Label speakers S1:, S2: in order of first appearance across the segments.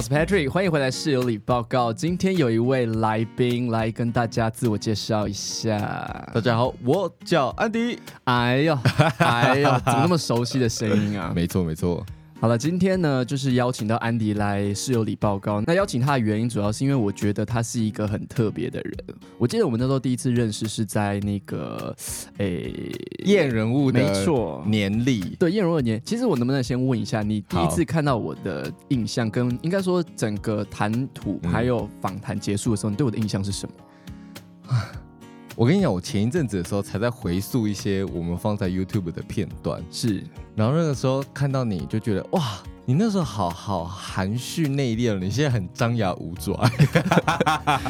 S1: 是 Patrick，欢迎回来室友里报告。今天有一位来宾来跟大家自我介绍一下。
S2: 大家好，我叫安迪。
S1: 哎呦，哎呦，怎么那么熟悉的声音啊？
S2: 没错，没错。
S1: 好了，今天呢，就是邀请到安迪来室友里报告。那邀请他的原因，主要是因为我觉得他是一个很特别的人。我记得我们那时候第一次认识是在那个，诶、
S2: 验人物的
S1: 没错，
S2: 年历，
S1: 对燕如二年。其实我能不能先问一下，你第一
S2: 好
S1: 次看到我的印象，跟应该说整个谈吐
S2: 嗯
S1: 还有访谈结束的时候，你对我的印象是什么？
S2: 我跟你讲，我前一阵子的时候才在回溯一些我们放在 YouTube 的片段，
S1: 是
S2: 然后那个时候看到你就觉得哇，你那时候好好含蓄内敛哦，你现在很张牙舞 爪。
S1: 啊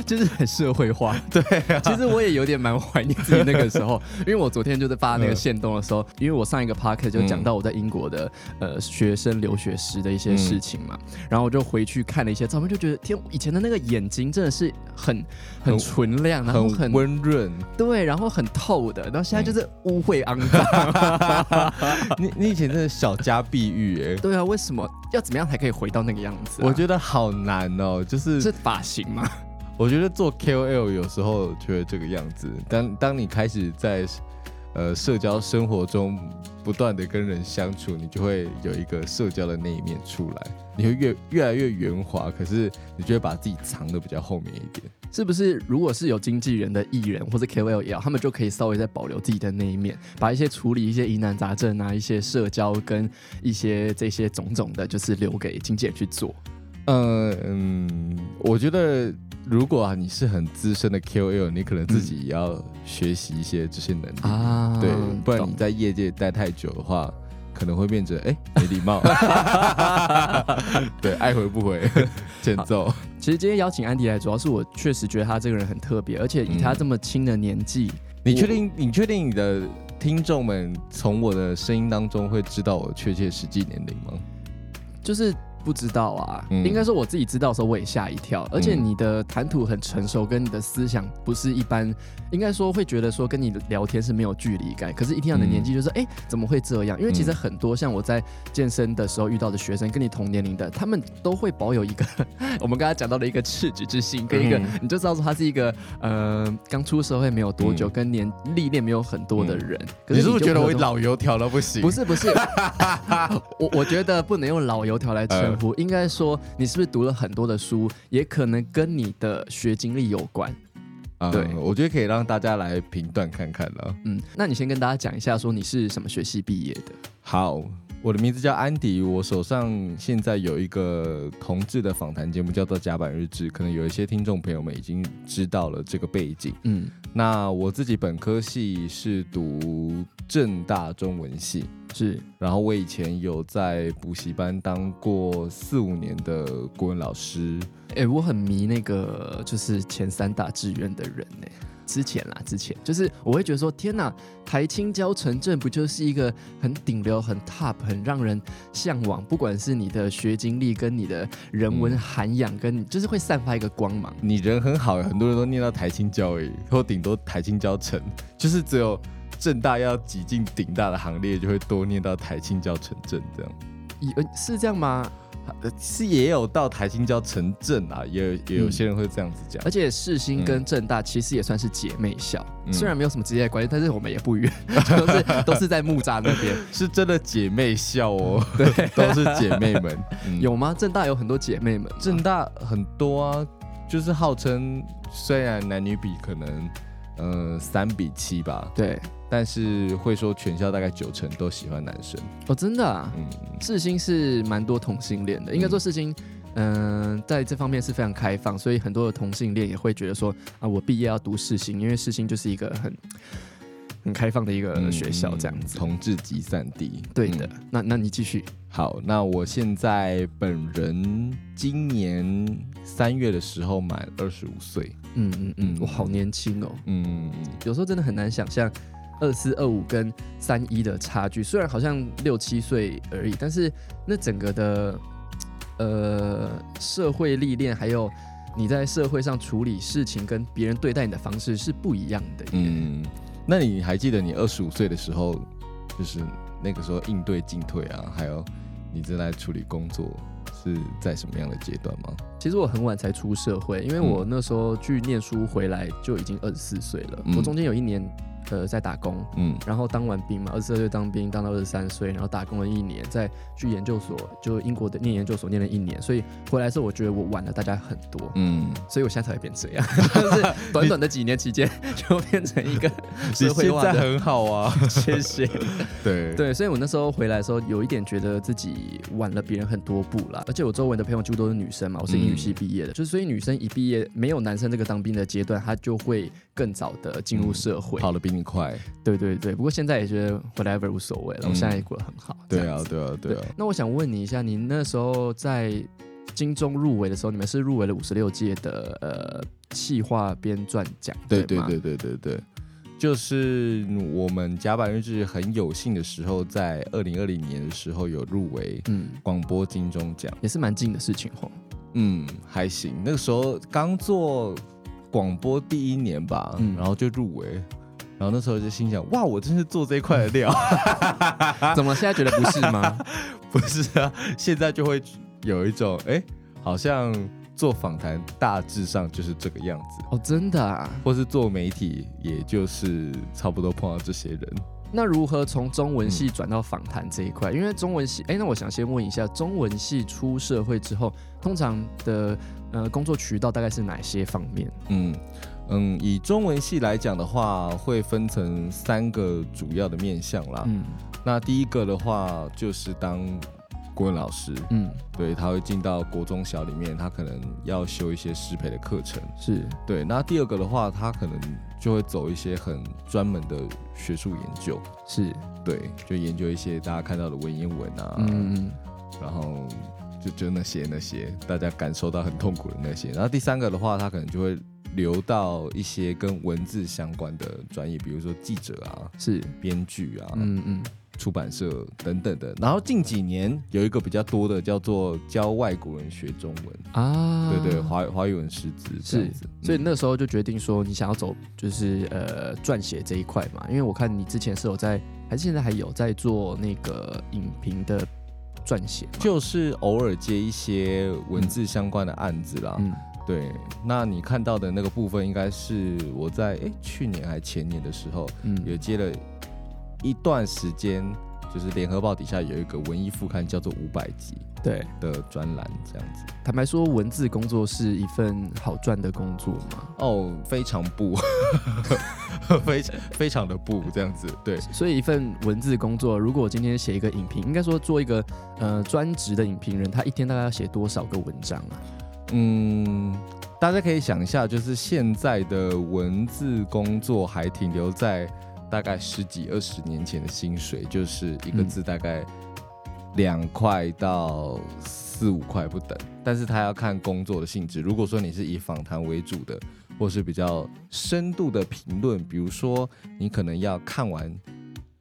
S1: 就是很社会化。 对、
S2: 啊
S1: 其实我也有点蛮怀念自己那个时候，因为我昨天就是发
S2: 嗯
S1: 那个线动的时候，因为我上一个 p o c k e t 就讲到我在英国的、呃学生留学时的一
S2: 嗯
S1: 些事情嘛，然后我就回去看了一些照片，就觉得天，以前的那个眼睛真的是很很
S2: 很
S1: 纯亮，然后
S2: 很
S1: 很
S2: 温嗯润，
S1: 对，然后很透的，然后现在就是污秽肮脏。
S2: 你你以前真的小家碧玉 哎、
S1: 对啊，为什么要怎么样才可以回到那个样子啊、
S2: 我觉得好难哦，就是
S1: 是发型吗？
S2: 我觉得做 KOL 有时候就会这个样子，当当你开始在呃社交生活中不断的跟人相处，你就会有一个社交的那一面出来，你会越越来越圆滑，可是你就会把自己藏的比较后面一点。
S1: 是不是如果是有经纪人的艺人或者 KOL 也好，他们就可以稍微再保留自己的那一面，把一些处理一些疑难杂症啊、一些社交跟一些这些种种的，就是留给经纪人去做。
S2: 嗯嗯，我觉得如果啊你是很资深的 KOL，你可能自己也要学习一些这些能力。
S1: 啊
S2: 对，不然你在业界待太久的话，可能会变成哎、没礼 貌。对，爱回不回， 欠揍。
S1: 其实今天邀请安迪来，主要是我确实觉得他这个人很特别，而且以他这么轻的年纪，
S2: 你确定？你确定你的听众们从我的声音当中会知道我确切实际年龄吗？
S1: 就是不知道啊，
S2: 嗯
S1: 应该说我自己知道的时候我也吓一跳，而且
S2: 嗯
S1: 你的谈吐很成熟，跟你的思想不是一般，应该说会觉得说跟你聊天是没有距离感，可是一听到你的年
S2: 嗯
S1: 纪就是哎、诶怎么会这样？因为其实很多像我在健身的时候遇到的学生，跟你同年龄的，他们都会保有一个 我们刚才讲到的一个赤子之心，跟一个、
S2: 嗯
S1: 你就知道说他是一个呃刚出社会没有多久，
S2: 嗯
S1: 跟年历练没有很多的人。可
S2: 你是
S1: 就
S2: 不
S1: 是
S2: 觉得
S1: 会有这
S2: 我
S1: 种
S2: 老油条到不行？
S1: 不，是不是，我我觉得不能用老油条来称呼，应该说你是不是读了很多的书，也可能跟你的学经历有关。
S2: 嗯、
S1: 对
S2: 我觉得可以让大家来评断看看了。
S1: 嗯，那你先跟大家讲一下，说你是什么学系毕业的？
S2: 好，我的名字叫安迪，我手上现在有一个同志的访谈节目，叫做《甲板日志》，可能有一些听众朋友们已经知道了这个背景。
S1: 嗯，
S2: 那我自己本科系是读正大中文系，
S1: 是
S2: 然后我以前有在补习班当过四五年的国文老师。
S1: 哎、我很迷那个就是前三大志愿的人呢、之前啦，之前就是我会觉得说，天呐，台青交城镇不就是一个很顶流、很 top、很让人向往，不管是你的学经历、跟你的人文
S2: 嗯
S1: 涵养，跟你就是会散发一个光芒。
S2: 你人很好，很多人都念到台青教而已，或顶多台青教城，就是只有正大要挤进顶大的行列，就会多念到台青教城镇这样。
S1: 以呃是这样吗？
S2: 呃，是也有到台青教城镇啊，也有也有些人会这样子讲
S1: 而。且世新跟正大其实也算是姐妹校，
S2: 嗯
S1: 虽然没有什么直接的关系，但是我们也不远， 都是都是在木栅那边。
S2: 是真的姐妹笑哦，对， 都是姐妹们。嗯
S1: 有吗？正大有很多姐妹们吗，
S2: 正大很多啊，就是号称虽然男女比可能呃三比七吧，
S1: 对
S2: 但是会说全校大概九成都喜欢男生。
S1: 哦，真的啊，
S2: 嗯，
S1: 世新是蛮多同性恋的，应该说世新。嗯，在这方面是非常开放，所以很多的同性恋也会觉得说啊，我毕业要读世新，因为世新就是一个很很开放的一个
S2: 嗯
S1: 学校，这样子。
S2: 同志集散地。
S1: 对的
S2: 嗯，
S1: 那那你继续。
S2: 好，那我现在本人今年三月的时候满二十五岁。
S1: 嗯嗯嗯，
S2: 嗯
S1: 我好年轻哦。
S2: 嗯，
S1: 有时候真的很难想象二四二五跟三一的差距，虽然好像六七岁而已，但是那整个的呃社会历练，还有你在社会上处理事情跟别人对待你的方式是不一样的。嗯，
S2: 嗯，那你还记得你二十五岁的时候，就是那个时候应对进退啊，还有你正在处理工作是在什么样的阶段吗？
S1: 其实我很晚才出社会，因为我那时候去念书回来就已经二十四岁了。
S2: 嗯
S1: 我中间有一年呃在打工，
S2: 嗯
S1: 然后当完兵嘛，二十四岁当兵，当到二十三岁，然后打工了一年，再去研究所，就英国的念研究所念了一年，所以回来的时候我觉得我晚了大家很多。
S2: 嗯，
S1: 所以我现在才会变 这样，就是短短的几年期间就变成一个
S2: 你
S1: 社会
S2: 现
S1: 化
S2: 在
S1: 的。
S2: 很好啊，
S1: 谢 谢。
S2: 对
S1: 对，所以我那时候回来的时候，有一点觉得自己晚了别人很多步啦。而且我周围的朋友几乎都是女生嘛，我是
S2: 嗯
S1: 英语系毕业的，就是所以女生一毕业，没有男生这个当兵的阶段，她就会更早的进
S2: 嗯
S1: 入社会。
S2: 跑得比你快，
S1: 对对对。不过现在也觉得 whatever 无所谓了，我现在也过得很好。这
S2: 嗯对
S1: 样
S2: 啊
S1: 子，
S2: 对啊对啊，
S1: 那我想问你一下，你那时候在金钟入围的时候，你们是入围了五十六届的呃企划编撰奖，
S2: 对
S1: 对
S2: 对
S1: 吗
S2: 对对对对，就是我们甲板日志很有幸的时候，在二零二零年的时候有入围
S1: 嗯，
S2: 广播金钟奖，
S1: 也是蛮近的事情哦。
S2: 嗯，还行，那个时候刚做广播第一年吧，
S1: 嗯
S2: 然后就入围，然后那时候就心想，哇，我真是做这一块的料， 啊
S1: 怎么现在觉得不是吗？
S2: 不是啊，现在就会有一种，哎，好像做访谈大致上就是这个样子。
S1: 哦，真的啊。
S2: 或是做媒体，也就是差不多碰到这些人。
S1: 那如何从中文
S2: 嗯
S1: 系转到访谈这一块？因为中文系，哎、那我想先问一下，中文系出社会之后，通常的呃工作渠道大概是哪些方面？
S2: 嗯嗯，以中文系来讲的话，会分成三个主要的面向啦。
S1: 嗯
S2: 那第一个的话，就是当国文老师，
S1: 嗯，
S2: 对，他会进到国中小里面，他可能要修一些师培的课程。
S1: 是
S2: 对，那第二个的话，他可能就会走一些很专门的学术研究，
S1: 是，
S2: 对，就研究一些大家看到的文言文啊，
S1: 嗯
S2: 然后就就那些那些大家感受到很痛苦的那些。然后第三个的话，他可能就会留到一些跟文字相关的专业，比如说记者啊、
S1: 是，
S2: 编剧啊、
S1: 嗯嗯，
S2: 出版社等等的。然后近几年有一个比较多的叫做教外国人学中文，
S1: 啊，
S2: 对对，华华语文师资这
S1: 是
S2: 样子。，
S1: 所以
S2: 嗯
S1: 那时候就决定说，你想要走就是呃撰写这一块嘛，因为我看你之前是有在，还是现在还有在做那个影评的撰写嘛，
S2: 就是偶尔接一些文字相关的案子啦，
S1: 嗯
S2: 对。那你看到的那个部分，应该是我在诶去年还前年的时候，
S1: 嗯
S2: 也接了一段时间，就是联合报底下有一个文艺副刊叫做五百集
S1: 对，
S2: 的专栏，这样子
S1: 坦白说，文字工作是一份好赚的工作嘛，
S2: 哦，非常不， 非常非常的不这样子，对，
S1: 所以一份文字工作，如果我今天写一个影评，应该说做一个呃专职的影评人，他一天大概要写多少个文章啊？
S2: 嗯。大家可以想一下，就是现在的文字工作还停留在大概十几二十年前的薪水，就是一个
S1: 嗯
S2: 字大概两块到四五块不等，但是它要看工作的性质。如果说你是以访谈为主的，或是比较深度的评论，比如说你可能要看完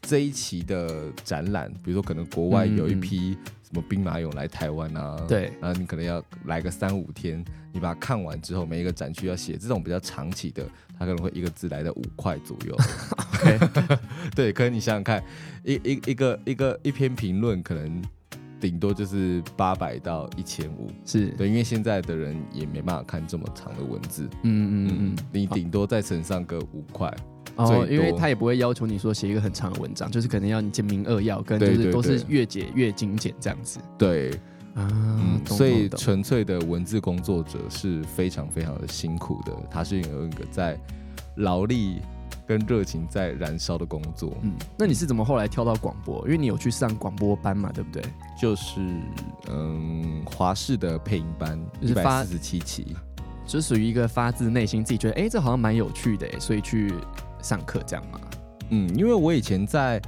S2: 这一期的展览，比如说可能国外
S1: 嗯
S2: 有一
S1: 嗯
S2: 批什么兵马俑来台湾啊，
S1: 对
S2: 然后你可能要来个三五天，你把它看完之后，每一个展区要写这种比较长期的，它可能会一个字来的五块左右。 对，可是你想想看，一一一个一个一篇评论可能顶多就是八百到一千五，
S1: 是，
S2: 对，因为现在的人也没办法看这么长的文字，
S1: 嗯
S2: 嗯
S1: 嗯
S2: 嗯，你顶多再乘上个五块，
S1: 嗯，
S2: 最
S1: 哦
S2: 多，
S1: 因为他也不会要求你说写一个很长的文章，就是可能要你简明扼要，跟就
S2: 对
S1: 是
S2: 对
S1: 都是
S2: 对
S1: 越解越精简这样子
S2: 对，
S1: 啊，
S2: 嗯，
S1: 懂
S2: 所以
S1: 懂懂
S2: 纯粹的文字工作者是非常非常的辛苦的，他是有一个在劳力跟热情在燃烧的工作，
S1: 嗯，那你是怎么后来跳到广播？因为你有去上广播班嘛，对不对？
S2: 就是嗯华视的配音班
S1: 就
S2: 一
S1: 是
S2: 百
S1: 发
S2: 四十七期，
S1: 就属于一个发自内心自己觉得，哎、这好像蛮有趣的，所以去上课这样嘛。
S2: 嗯，因为我以前在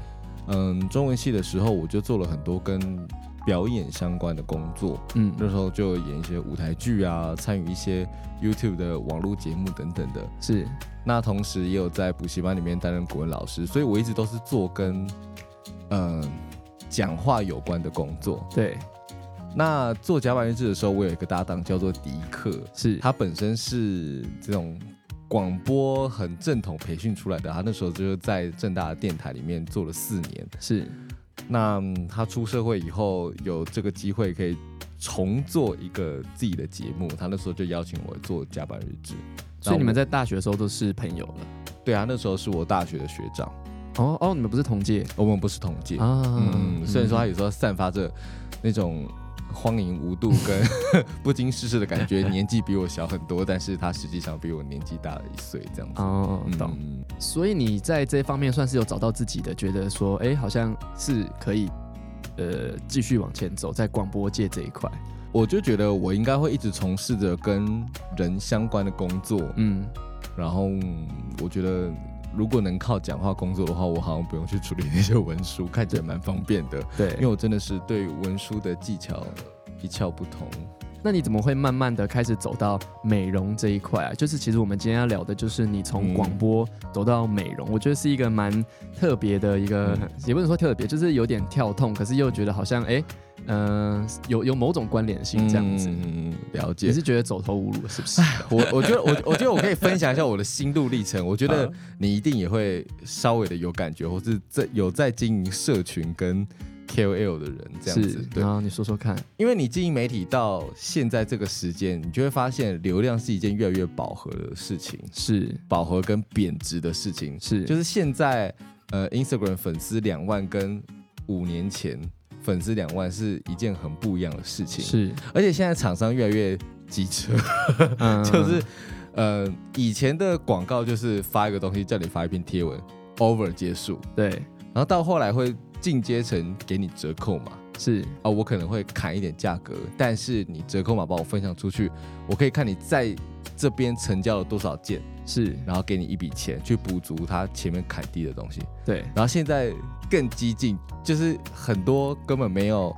S2: 嗯中文系的时候，我就做了很多跟表演相关的工作，
S1: 嗯
S2: 那时候就演一些舞台剧啊，参与一些 YouTube 的网络节目等等的。
S1: 是，
S2: 那同时也有在补习班里面担任国文老师，所以我一直都是做跟嗯、讲话有关的工作。
S1: 对，
S2: 那做甲板日志的时候，我有一个搭档叫做迪克，
S1: 是，
S2: 他本身是这种广播很正统培训出来的，他那时候就是在正大的电台里面做了四年。
S1: 是，
S2: 那、嗯他出社会以后有这个机会可以重做一个自己的节目，他那时候就邀请我做《甲板日志》，
S1: 所以你
S2: 然后我
S1: 们在大学的时候都是朋友了。
S2: 对啊，那时候是我大学的学长，
S1: 哦哦，你们不是同届
S2: 我们不是同届，
S1: 啊？
S2: 嗯，虽然说他有时候散发着那种荒淫无度跟 不经世事的感觉，年纪比我小很多，但是他实际上比我年纪大了一岁这样子。
S1: 哦
S2: 嗯，
S1: 懂。所以你在这方面算是有找到自己的，觉得说，哎、好像是可以，呃，继续往前走，在广播界这一块。
S2: 我就觉得我应该会一直从事着跟人相关的工作，
S1: 嗯，
S2: 然后嗯我觉得如果能靠讲话工作的话，我好像不用去处理那些文书，看起来蛮方便的，
S1: 对。
S2: 因为我真的是对文书的技巧一窍不通。
S1: 那你怎么会慢慢的开始走到美容这一块啊？就是其实我们今天要聊的就是你从
S2: 嗯
S1: 广播走到美容，我觉得是一个蛮特别的一个，
S2: 嗯
S1: 也不能说特别，就是有点跳痛，可是又觉得好像哎，诶嗯、有有某种关联性这样子。
S2: 嗯，了解
S1: 你。是觉得走投无路了是不是？
S2: 我我觉得我我觉得我可以分享一下我的心路 历程。我觉得你一定也会稍微的有感觉，或是在有在经营社群跟 KOL 的人这样
S1: 是
S2: 子，，对
S1: 然，后你说说看，
S2: 因为你经营媒体到现在这个时间，你就会发现流量是一件越来越饱和的事情，
S1: 是
S2: 饱和跟贬值的事情，
S1: 是，
S2: 就是是现在呃 Instagram 粉丝两万跟五年前粉丝两万是一件很不一样的事情，，
S1: 是，
S2: 而且现在厂商越来越机车。
S1: 嗯
S2: 就是呃，以前的广告就是发一个东西，叫你发一篇贴文，over 结束，
S1: 嗯对，
S2: 然后到后来会进阶成给你折扣码
S1: 是
S2: 啊、我可能会砍一点价格，但是你折扣码帮我分享出去，我可以看你在这边成交了多少件，
S1: 是，
S2: 然后给你一笔钱去补足他前面砍低的东西。
S1: 对，
S2: 然后现在更激进，就是很多根本没有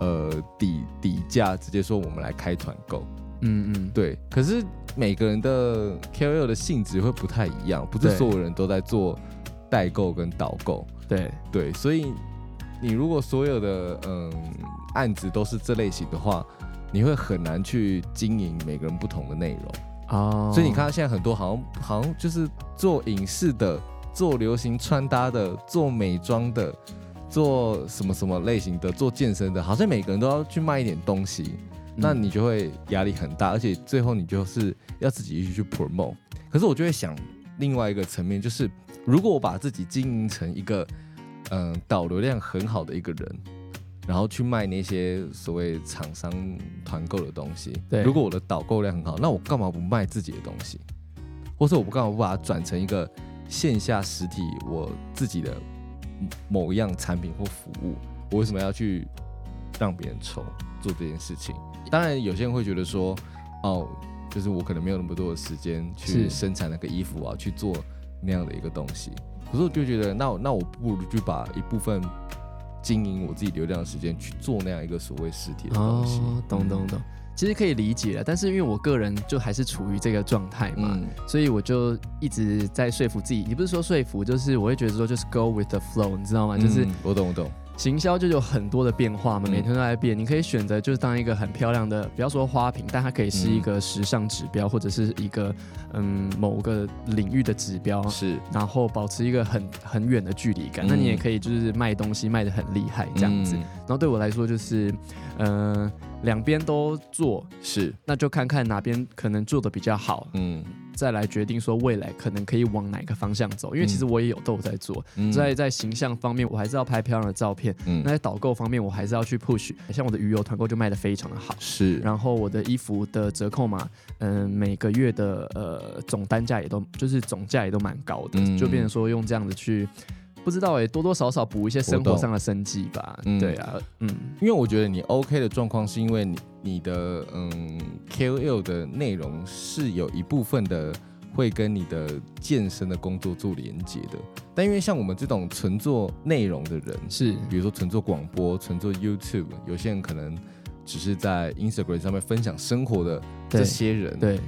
S2: 呃底底价，直接说我们来开团购。
S1: 嗯嗯，
S2: 对，可是每个人的 KOL 的性质会不太一样，不是
S1: 对
S2: 所有人都在做代购跟导购。
S1: 对，
S2: 对，所以你如果所有的嗯案子都是这类型的话，你会很难去经营每个人不同的内容。
S1: 哦，
S2: 所以你看，现在很多好像好像就是做影视的、做流行穿搭的、做美妆的、做什么什么类型的、做健身的，好像每个人都要去卖一点东西。
S1: 嗯，
S2: 那你就会压力很大，而且最后你就是要自己一起去 promote。可是我就会想另外一个层面，就是如果我把自己经营成一个嗯、导流量很好的一个人，然后去卖那些所谓厂商团购的东西，
S1: 对
S2: 如果我的导购量很好，那我干嘛不卖自己的东西？或是我干嘛不把它转成一个线下实体我自己的某一样产品或服务？我为什么要去让别人抽做这件事情？当然，有些人会觉得说，哦，就是我可能没有那么多的时间去
S1: 是
S2: 生产那个衣服啊，去做那样的一个东西。可是我就觉得，那我那我不如去把一部分经营我自己流量的时间去做那样一个所谓实体的东西。嗯
S1: 哦，懂懂懂，其实可以理解了，但是因为我个人就还是处于这个状态嘛，
S2: 嗯，
S1: 所以我就一直在说服自己，也不是说说服，就是我会觉得说就是 go with the flow，你知道吗？啊就是
S2: 嗯我懂我懂，
S1: 行销就有很多的变化嘛，
S2: 嗯
S1: 每天都在变，你可以选择就是当一个很漂亮的，不要说花瓶，但它可以是
S2: 嗯
S1: 一个时尚指标，或者是一个嗯某个领域的指标。
S2: 是
S1: 然后保持一个很很远的距离感，那
S2: 嗯
S1: 你也可以就是卖东西卖的很厉害这样子。
S2: 嗯
S1: 然后对我来说就是，嗯，两边都做，
S2: 是
S1: 那就看看哪边可能做的比较好，
S2: 嗯，
S1: 再来决定说未来可能可以往哪个方向走。因为其实我也有都有在做，
S2: 嗯
S1: 在在形象方面我还是要拍漂亮的照片，
S2: 嗯
S1: 那在导购方面我还是要去 push。像我的鱼油团购就卖的非常的好，
S2: 是
S1: 然后我的衣服的折扣码，嗯、每个月的呃总单价也都就是总价也都蛮高的，
S2: 嗯
S1: 就变成说用这样子去。不知道哎、多多少少补一些生
S2: 我
S1: 活
S2: 懂
S1: 上的生计吧。
S2: 嗯
S1: 对啊，嗯，
S2: 因为我觉得你 OK 的状况，是因为你你的嗯 KOL 的内容是有一部分的会跟你的健身的工作做连接的，但因为像我们这种纯做内容的人，
S1: 是
S2: 比如说纯做广播、纯做 YouTube，有些人可能只是在 Instagram 上面分享生活的这
S1: 对
S2: 些人，
S1: 对，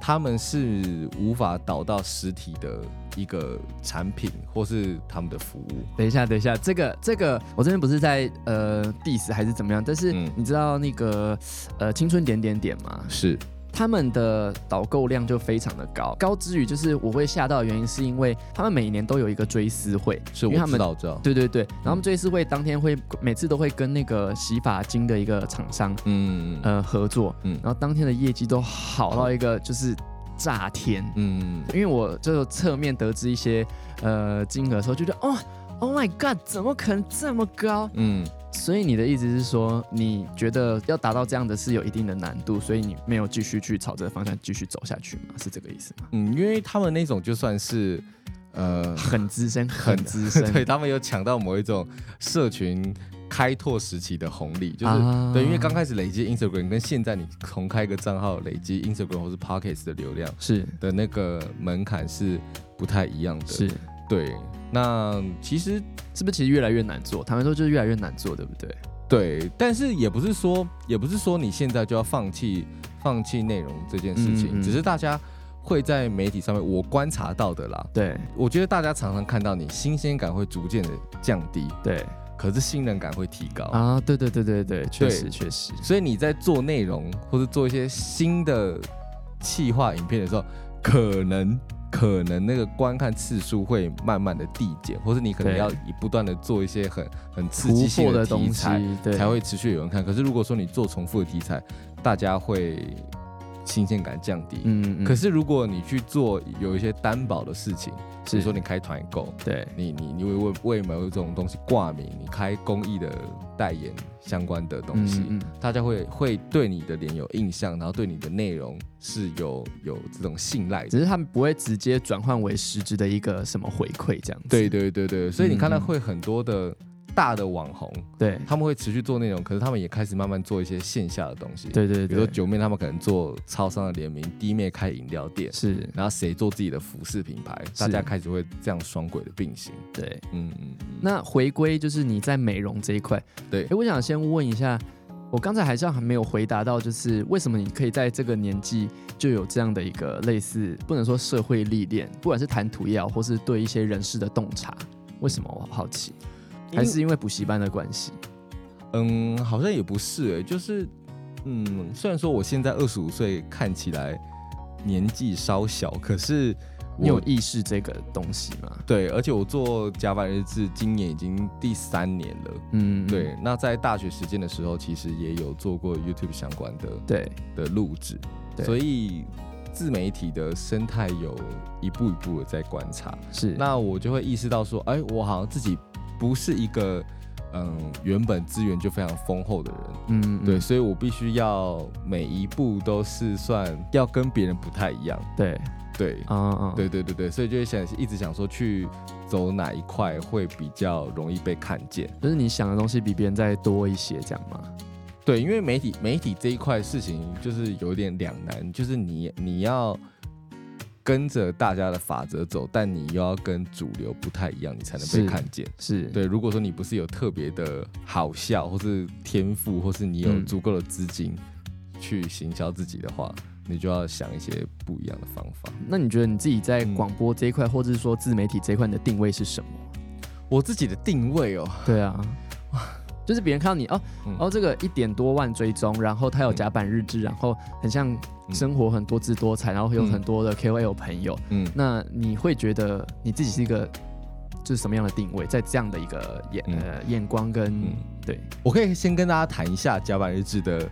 S2: 他们是无法导到实体的一个产品或是他们的服务。
S1: 等一下，等一下，这个这个，我这边不是在呃 diss 还是怎么样，但是
S2: 嗯
S1: 你知道那个、呃青春点点点吗？
S2: 是，
S1: 他们的导购量就非常的高，高之余就是我会吓到的原因，是因为他们每年都有一个追思会，
S2: 是
S1: 因为
S2: 我
S1: 他
S2: 知
S1: 们。
S2: 道，我知道，
S1: 对对对，然后他们追思会当天会每次都会跟那个洗发精的一个厂商
S2: 嗯嗯
S1: 呃合作，
S2: 嗯
S1: 然后当天的业绩都好到一个就是炸天，
S2: 嗯，
S1: 因为我就侧面得知一些呃金额的时候，就觉得哦，Oh my God，怎么可能这么高？
S2: 嗯，
S1: 所以你的意思是说，你觉得要达到这样的是有一定的难度，所以你没有继续去朝这个方向继续走下去吗？是这个意思吗？
S2: 嗯，因为他们那种就算是 呃
S1: 很资深，很
S2: 很
S1: 资深，
S2: 对他们有抢到某一种社群开拓时期的红利，就是、
S1: 啊
S2: 对，因为刚开始累积 Instagram 跟现在你重开一个账号累积 Instagram 或是 Pockets 的流量
S1: 是
S2: 的那个门槛是不太一样的。
S1: 是，
S2: 对。那其实
S1: 是不是其实越来越难做？坦白说，就是越来越难做，对不对？
S2: 对，但是也不是说，也不是说你现在就要放弃放弃内容这件事情，
S1: 嗯嗯嗯
S2: 只是大家会在媒体上面，我观察到的啦。
S1: 对
S2: 我觉得大家常常看到你新鲜感会逐渐的降低，
S1: 对
S2: 可是信任感会提高。
S1: 啊，对对对对对，确实确实
S2: 所以你在做内容或者做一些新的企划影片的时候，可能可能那个观看次数会慢慢的递减，或者你可能
S1: 对
S2: 要以不断的做一些很很刺
S1: 突
S2: 激性
S1: 破
S2: 的题
S1: 东西
S2: 材，，
S1: 对，
S2: 才会持续有人看。可是如果说你做重复的题材，大家会新鲜感降低。
S1: 嗯，嗯
S2: 可是如果你去做有一些担保的事情，比如说你开团购，
S1: 对
S2: 你你你为为为某一种东西挂名，你开公益的代言相关的东西，
S1: 嗯嗯
S2: 大家会会对你的脸有印象，然后对你的内容是有有这种信赖的。
S1: 只是他们不会直接转换为实质的一个什么回馈这样子。
S2: 对对对对，所以你看到
S1: 嗯
S2: 会很多的大的网红，
S1: 对
S2: 他们会持续做内容，可是他们也开始慢慢做一些线下的东西。，
S1: 对对
S2: 比如说
S1: 对，
S2: 九妹他们可能做超商的联名，弟妹开饮料店，
S1: 是
S2: 然后谁做自己的服饰品牌，
S1: 是
S2: 大家开始会这样双轨的并行。
S1: 对。
S2: 嗯嗯嗯，
S1: 那回归就是你在美容这一块，
S2: 对
S1: 诶我想先问一下，我刚才好像还没有回答到，就是为什么你可以在这个年纪就有这样的一个类似不能说社会历练，不管是谈吐也好，或是对一些人事的洞察，为什么我好奇？还是因为补习班的关系？
S2: 嗯，好像也不是、欸，就是嗯，虽然说我现在二十五岁，看起来年纪稍小，可是
S1: 你有
S2: 我
S1: 意识这个东西吗？
S2: 对，而且我做甲板日志今年已经第三年了。
S1: 嗯，
S2: 对，那在大学时间的时候，其实也有做过 YouTube 相关的
S1: 对
S2: 的录制，
S1: 对
S2: 所以自媒体的生态有一步一步的在观察。
S1: 是
S2: 那我就会意识到说，哎，我好像自己不是一个嗯原本资源就非常丰厚的人，
S1: 嗯
S2: 对，所以我必须要每一步都是算要跟别人不太一样，
S1: 对
S2: 对。
S1: 啊啊
S2: 对对对对，所以就会想一直想说去走哪一块会比较容易被看见。
S1: 就是你想的东西比别人再多一些，这样吗？
S2: 对，因为媒体媒体这一块事情就是有点两难，就是你你要跟着大家的法则走，但你又要跟主流不太一样，你才能被
S1: 是
S2: 看见。
S1: 是，
S2: 对，如果说你不是有特别的好笑，或是天赋，或是你有
S1: 嗯
S2: 足够的资金去行销自己的话，你就要想一些不一样的方法。
S1: 那你觉得你自己在
S2: 嗯
S1: 广播这一块，或者是说自媒体这一块，你的定位是什么？
S2: 我自己的定位哦，
S1: 对啊，就是别人看到你哦、
S2: 嗯
S1: 哦，这个一点多万追踪，然后他有甲板日志，然后很像生活很多姿多彩，然后有
S2: 嗯
S1: 很多的 KOL 朋友，
S2: 嗯，
S1: 那你会觉得你自己是一个就是什么样的定位，在这样的一个眼、
S2: 嗯
S1: 呃眼光跟、
S2: 嗯
S1: 对
S2: 我可以先跟大家谈一下《甲板日志》的，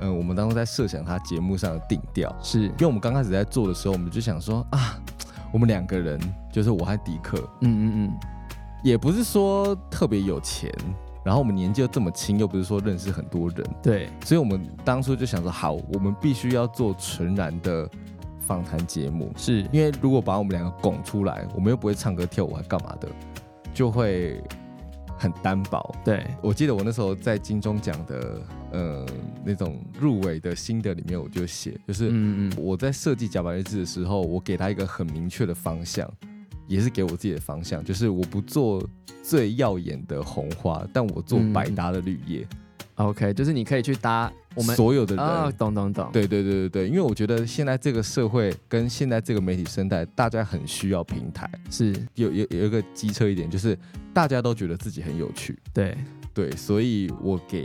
S2: 嗯，我们当初在设想它节目上的定调，
S1: 是
S2: 因为我们刚开始在做的时候，我们就想说啊，我们两个人就是我和迪克，
S1: 嗯嗯嗯
S2: 也不是说特别有钱，然后我们年纪又这么轻，又不是说认识很多人。
S1: 对
S2: 所以我们当初就想说，好，我们必须要做纯然的访谈节目，
S1: 是
S2: 因为如果把我们两个拱出来，我们又不会唱歌跳舞还干嘛的，就会很单薄。
S1: 对
S2: 我记得我那时候在金钟奖的呃那种入围的心得里面，我就写，就是
S1: 嗯嗯嗯
S2: 我在设计《甲板日志》的时候，我给他一个很明确的方向，也是给我自己的方向，就是我不做最耀眼的红花，但我做
S1: 嗯
S2: 百搭的绿叶。
S1: OK，就是你可以去搭我们
S2: 所有的人
S1: 啊、懂懂懂，
S2: 对对对对对，因为我觉得现在这个社会跟现在这个媒体生态，大家很需要平台。
S1: 是
S2: 有有有一个机车一点，就是大家都觉得自己很有趣，
S1: 对
S2: 对，所以我给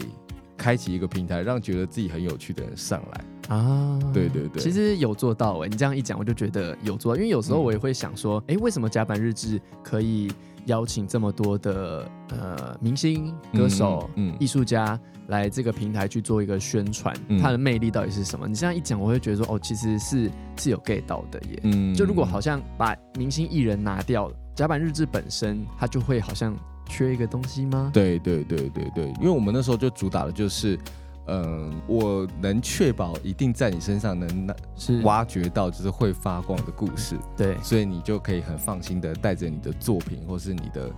S2: 开启一个平台，让觉得自己很有趣的人上来。
S1: 啊，
S2: 对对对，
S1: 其实有做到哎、你这样一讲，我就觉得有做到，因为有时候
S2: 嗯
S1: 我也会想说，哎、为什么甲板日志可以邀请这么多的呃明星、歌手、
S2: 嗯嗯嗯
S1: 艺术家来这个平台去做一个宣传，
S2: 嗯
S1: 它的魅力到底是什么？你这样一讲，我会觉得说，哦，其实是是有 get 到的耶。
S2: 嗯
S1: 就如果好像把明星艺人拿掉了，甲板日志本身它就会好像缺一个东西吗？
S2: 对对对对对，因为我们那时候就主打的就是，嗯、我能确保一定在你身上能拿
S1: 是，
S2: 挖掘到就是会发光的故事，
S1: 对，
S2: 所以你就可以很放心的带着你的作品或是你的。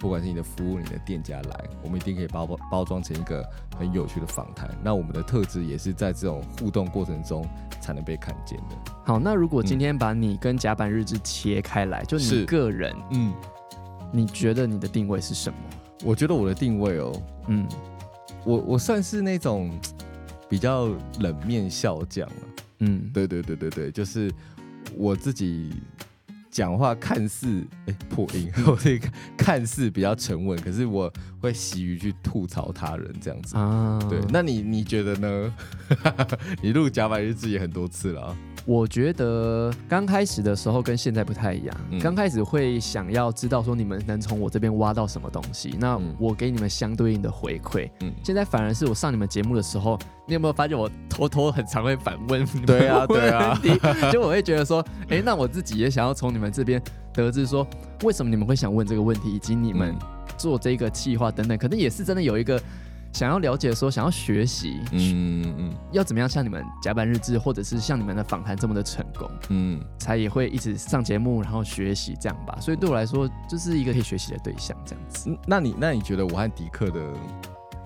S2: 不管是你的服务、你的店家来，我们一定可以包包包装成一个很有趣的访谈。那我们的特质也是在这种互动过程中才能被看见的。
S1: 好，那如果今天把你跟甲板日志切开来，就你
S2: 是
S1: 个人，
S2: 嗯，
S1: 你觉得你的定位是什么？
S2: 我觉得我的定位哦，
S1: 嗯，
S2: 我我算是那种比较冷面笑匠啊，
S1: 嗯，
S2: 对对对对对，就是我自己讲话看似哎、破音， 我这个看似比较沉稳，可是我会习于去吐槽他人这样子。
S1: 啊，
S2: 对，那你你觉得呢？ 你录甲板日志也很多次了啊，
S1: 我觉得刚开始的时候跟现在不太一样，
S2: 嗯
S1: 刚开始会想要知道说你们能从我这边挖到什么东西，那
S2: 嗯
S1: 我给你们相对应的回馈。
S2: 嗯，
S1: 现在反而是我上你们节目的时候，你有没有发现我偷偷很常会反问你们
S2: 对啊对 啊
S1: 问题， 就我会觉得说，哎，那我自己也想要从你们这边得知说，为什么你们会想问这个问题，以及你们做这个企划等等，可能也是真的有一个想要了解说，想要学习，
S2: 嗯嗯嗯
S1: 要怎么样像你们甲板日志，或者是像你们的访谈这么的成功，
S2: 嗯，
S1: 才也会一直上节目，然后学习这样吧。所以对我来说，就是一个可以学习的对象这样子。
S2: 嗯那你那你觉得我和迪克的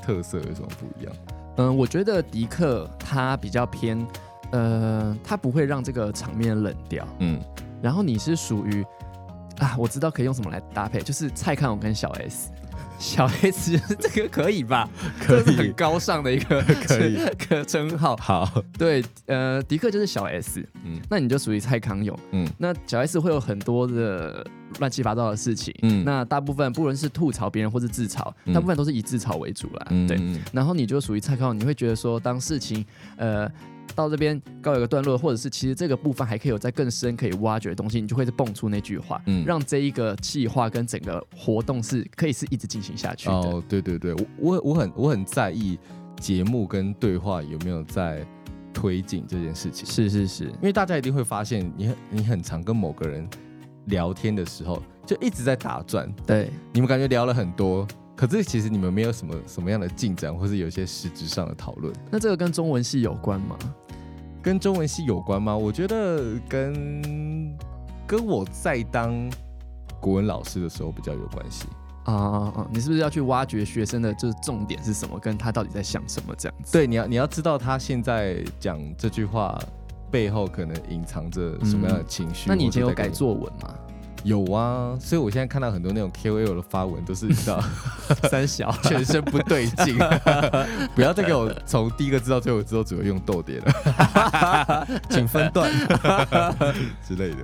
S2: 特色有什么不一样？
S1: 嗯，我觉得迪克他比较偏，呃，他不会让这个场面冷掉。
S2: 嗯，
S1: 然后你是属于啊，我知道可以用什么来搭配，就是蔡康永跟小 S。小 S 就是这个可以吧？
S2: 可以
S1: 这是很高尚的一 个
S2: 可以
S1: 个称号。
S2: 好，
S1: 对，呃，迪克就是小 S，
S2: 嗯
S1: 那你就属于蔡康永。
S2: 嗯
S1: 那小 S 会有很多的乱七八糟的事情，
S2: 嗯
S1: 那大部分不论是吐槽别人或是自嘲，
S2: 嗯
S1: 大部分都是以自嘲为主啦，
S2: 嗯
S1: 对。
S2: 嗯
S1: 然后你就属于蔡康永，你会觉得说，当事情呃到这边告一个段落，或者是其实这个部分还可以有在更深可以挖掘的东西，你就会蹦出那句话，
S2: 嗯
S1: 让这一个计划跟整个活动是可以是一直进行下去的。
S2: 哦，对对对，我我我很我很在意节目跟对话有没有在推进这件事情，
S1: 是是是，
S2: 因为大家一定会发现你很你很常跟某个人聊天的时候就一直在打转，
S1: 对，
S2: 你们感觉聊了很多，可是其实你们没有什么什么样的进展，或是有一些实质上的讨论，
S1: 那这个跟中文系有关吗？
S2: 跟中文系有关吗？我觉得跟跟我在当国文老师的时候比较有关系。
S1: 啊、啊啊！你是不是要去挖掘学生的就是重点是什么，跟他到底在想什么这样子？
S2: 对，你要你要知道他现在讲这句话背后可能隐藏着什么样的情
S1: 嗯
S2: 绪、
S1: 那你以前有
S2: 或者在
S1: 改
S2: 跟？
S1: 作文 吗？
S2: 有啊，所以我现在看到很多那种 KOL 的发文都是你知道
S1: 三小
S2: 全身不对 劲，不要再给我从第一个字到最后一个字都只会用逗点了， 请分段之类的。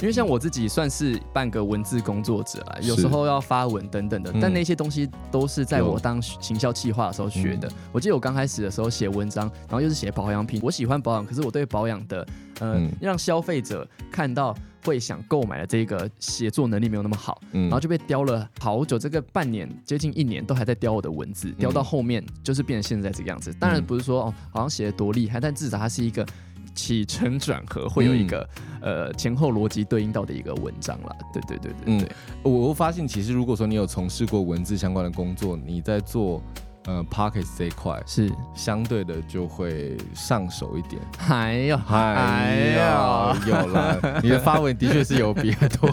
S1: 因为像我自己算是半个文字工作者啦，有时候要发文等等的，
S2: 嗯
S1: 但那些东西都是在
S2: 有嗯
S1: 我当行销企划的时候学的。我记得我刚开始的时候写文章，然后又是写保养品，我喜欢保养，可是我对保养的，呃，
S2: 嗯
S1: 让消费者看到会想购买的这个写作能力没有那么好，
S2: 嗯
S1: 然后就被雕了好久，这个半年接近一年都还在雕我的文字，雕到后面就是变成现在这个样子。当然不是说哦，好像写的多厉害，但至少它是一个起承转合，会有一个、呃前后逻辑对应到的一个文章啦。对对对对对，
S2: 我我发现，其实如果说你有从事过文字相关的工作，你在做呃 p o c k e t 这一块，
S1: 是。
S2: 相对的就会上手一点。
S1: 还有
S2: 哎呀，，有啦，你的发文的确是有比较多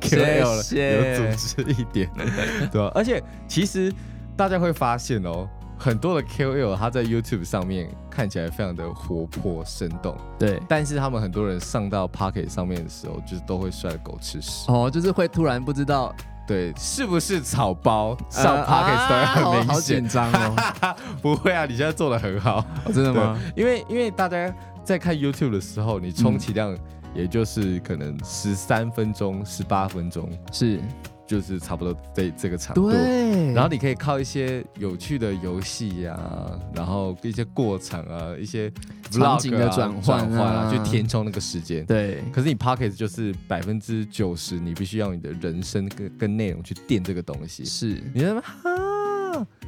S2: QL
S1: 谢
S2: 了，有组织一点， 对吧、而且其实大家会发现哦，很多的 QL 他在 YouTube 上面看起来非常的活泼生动，
S1: 对。
S2: 但是他们很多人上到 Pocket 上面的时候，就是都会摔得狗吃屎。
S1: 哦，就是会突然不知道
S2: 对，是不是草包上
S1: 呃
S2: Pocket
S1: 啊
S2: 都会很
S1: 好好
S2: 明显
S1: 紧？张哦，
S2: 不会啊，你现在做的很好。
S1: 哦真的吗？
S2: 对？因为因为大家在看 YouTube 的时候，你
S1: 嗯
S2: 充其量也就是可能十三分钟、十八分钟，
S1: 是，
S2: 就是差不多这这个长度。
S1: 对，
S2: 然后你可以靠一些有趣的游戏呀、然后一些过场啊，一些 vlog 啊、
S1: 场景的转换啊
S2: 转啊，去填充那个时间。
S1: 对
S2: 可是你 Pocket 就是百分之九十，你必须要你的人生跟跟内容去垫这个东西。
S1: 是
S2: 你在那边哈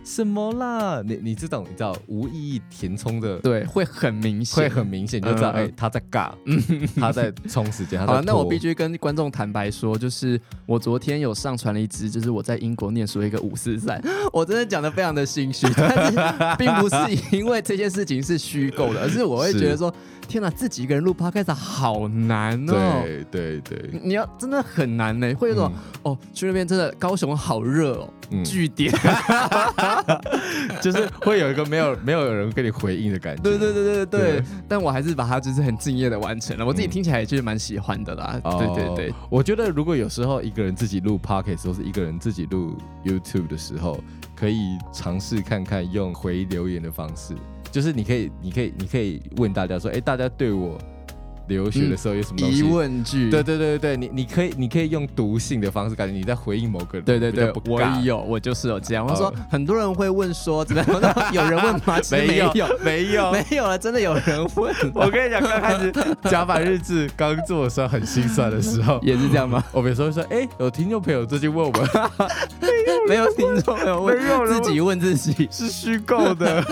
S2: 什么啦？你你这种你知道无意义填充的，
S1: 对，会很明显，
S2: 会很明显，你就知道
S1: 嗯
S2: 哎、他在尬， 他在充时间。他
S1: 好
S2: 在
S1: 啊了，那我
S2: 拖
S1: 必须跟观众坦白说，就是我昨天有上传了一支，就是我在英国念书的一个五四三，我真的讲的非常的心虚，但是 并不是因为这件事情是虚构的，而是我会
S2: 是
S1: 觉得说，天哪，自己一个人录 podcast 好难哦。
S2: 对对对，
S1: 你要真的很难呢、会有一种、哦，去那边真的高雄好热哦，
S2: 嗯
S1: 据点，
S2: 就是会有一个没有没有人跟你回应的感觉。
S1: 对对对对对
S2: 对
S1: 但我还是把它就是很敬业的完成了，我自己
S2: 嗯
S1: 听起来也就是蛮喜欢的啦，
S2: 哦
S1: 对对对，，
S2: 我觉得如果有时候一个人自己录 podcast 或是一个人自己录 YouTube 的时候，可以尝试看看用回留言的方式，就是你可以，你可以，你可以问大家说，哎、大家对我留学的时候有什么东西？
S1: 疑问句，
S2: 对对对对，你你可以，你可以用读信的方式，感觉你在回应某个人。
S1: 对对对
S2: 比较，不
S1: 我
S2: 尬。哦
S1: 有，我就是有这样。我说很多人会问说怎么样？ 那有人问吗？其实没有，
S2: 没有哦
S1: 没有了，真的有人问。啊
S2: 我跟你讲，刚开始甲板日志刚做的时候很心酸 的时候，
S1: 也是这样 吗？
S2: 我们有时候会说，哎、有听众朋友最近问 我们，
S1: 没有听众没有问
S2: 没有，人
S1: 自
S2: 问
S1: 己问自己。
S2: 是虚构的。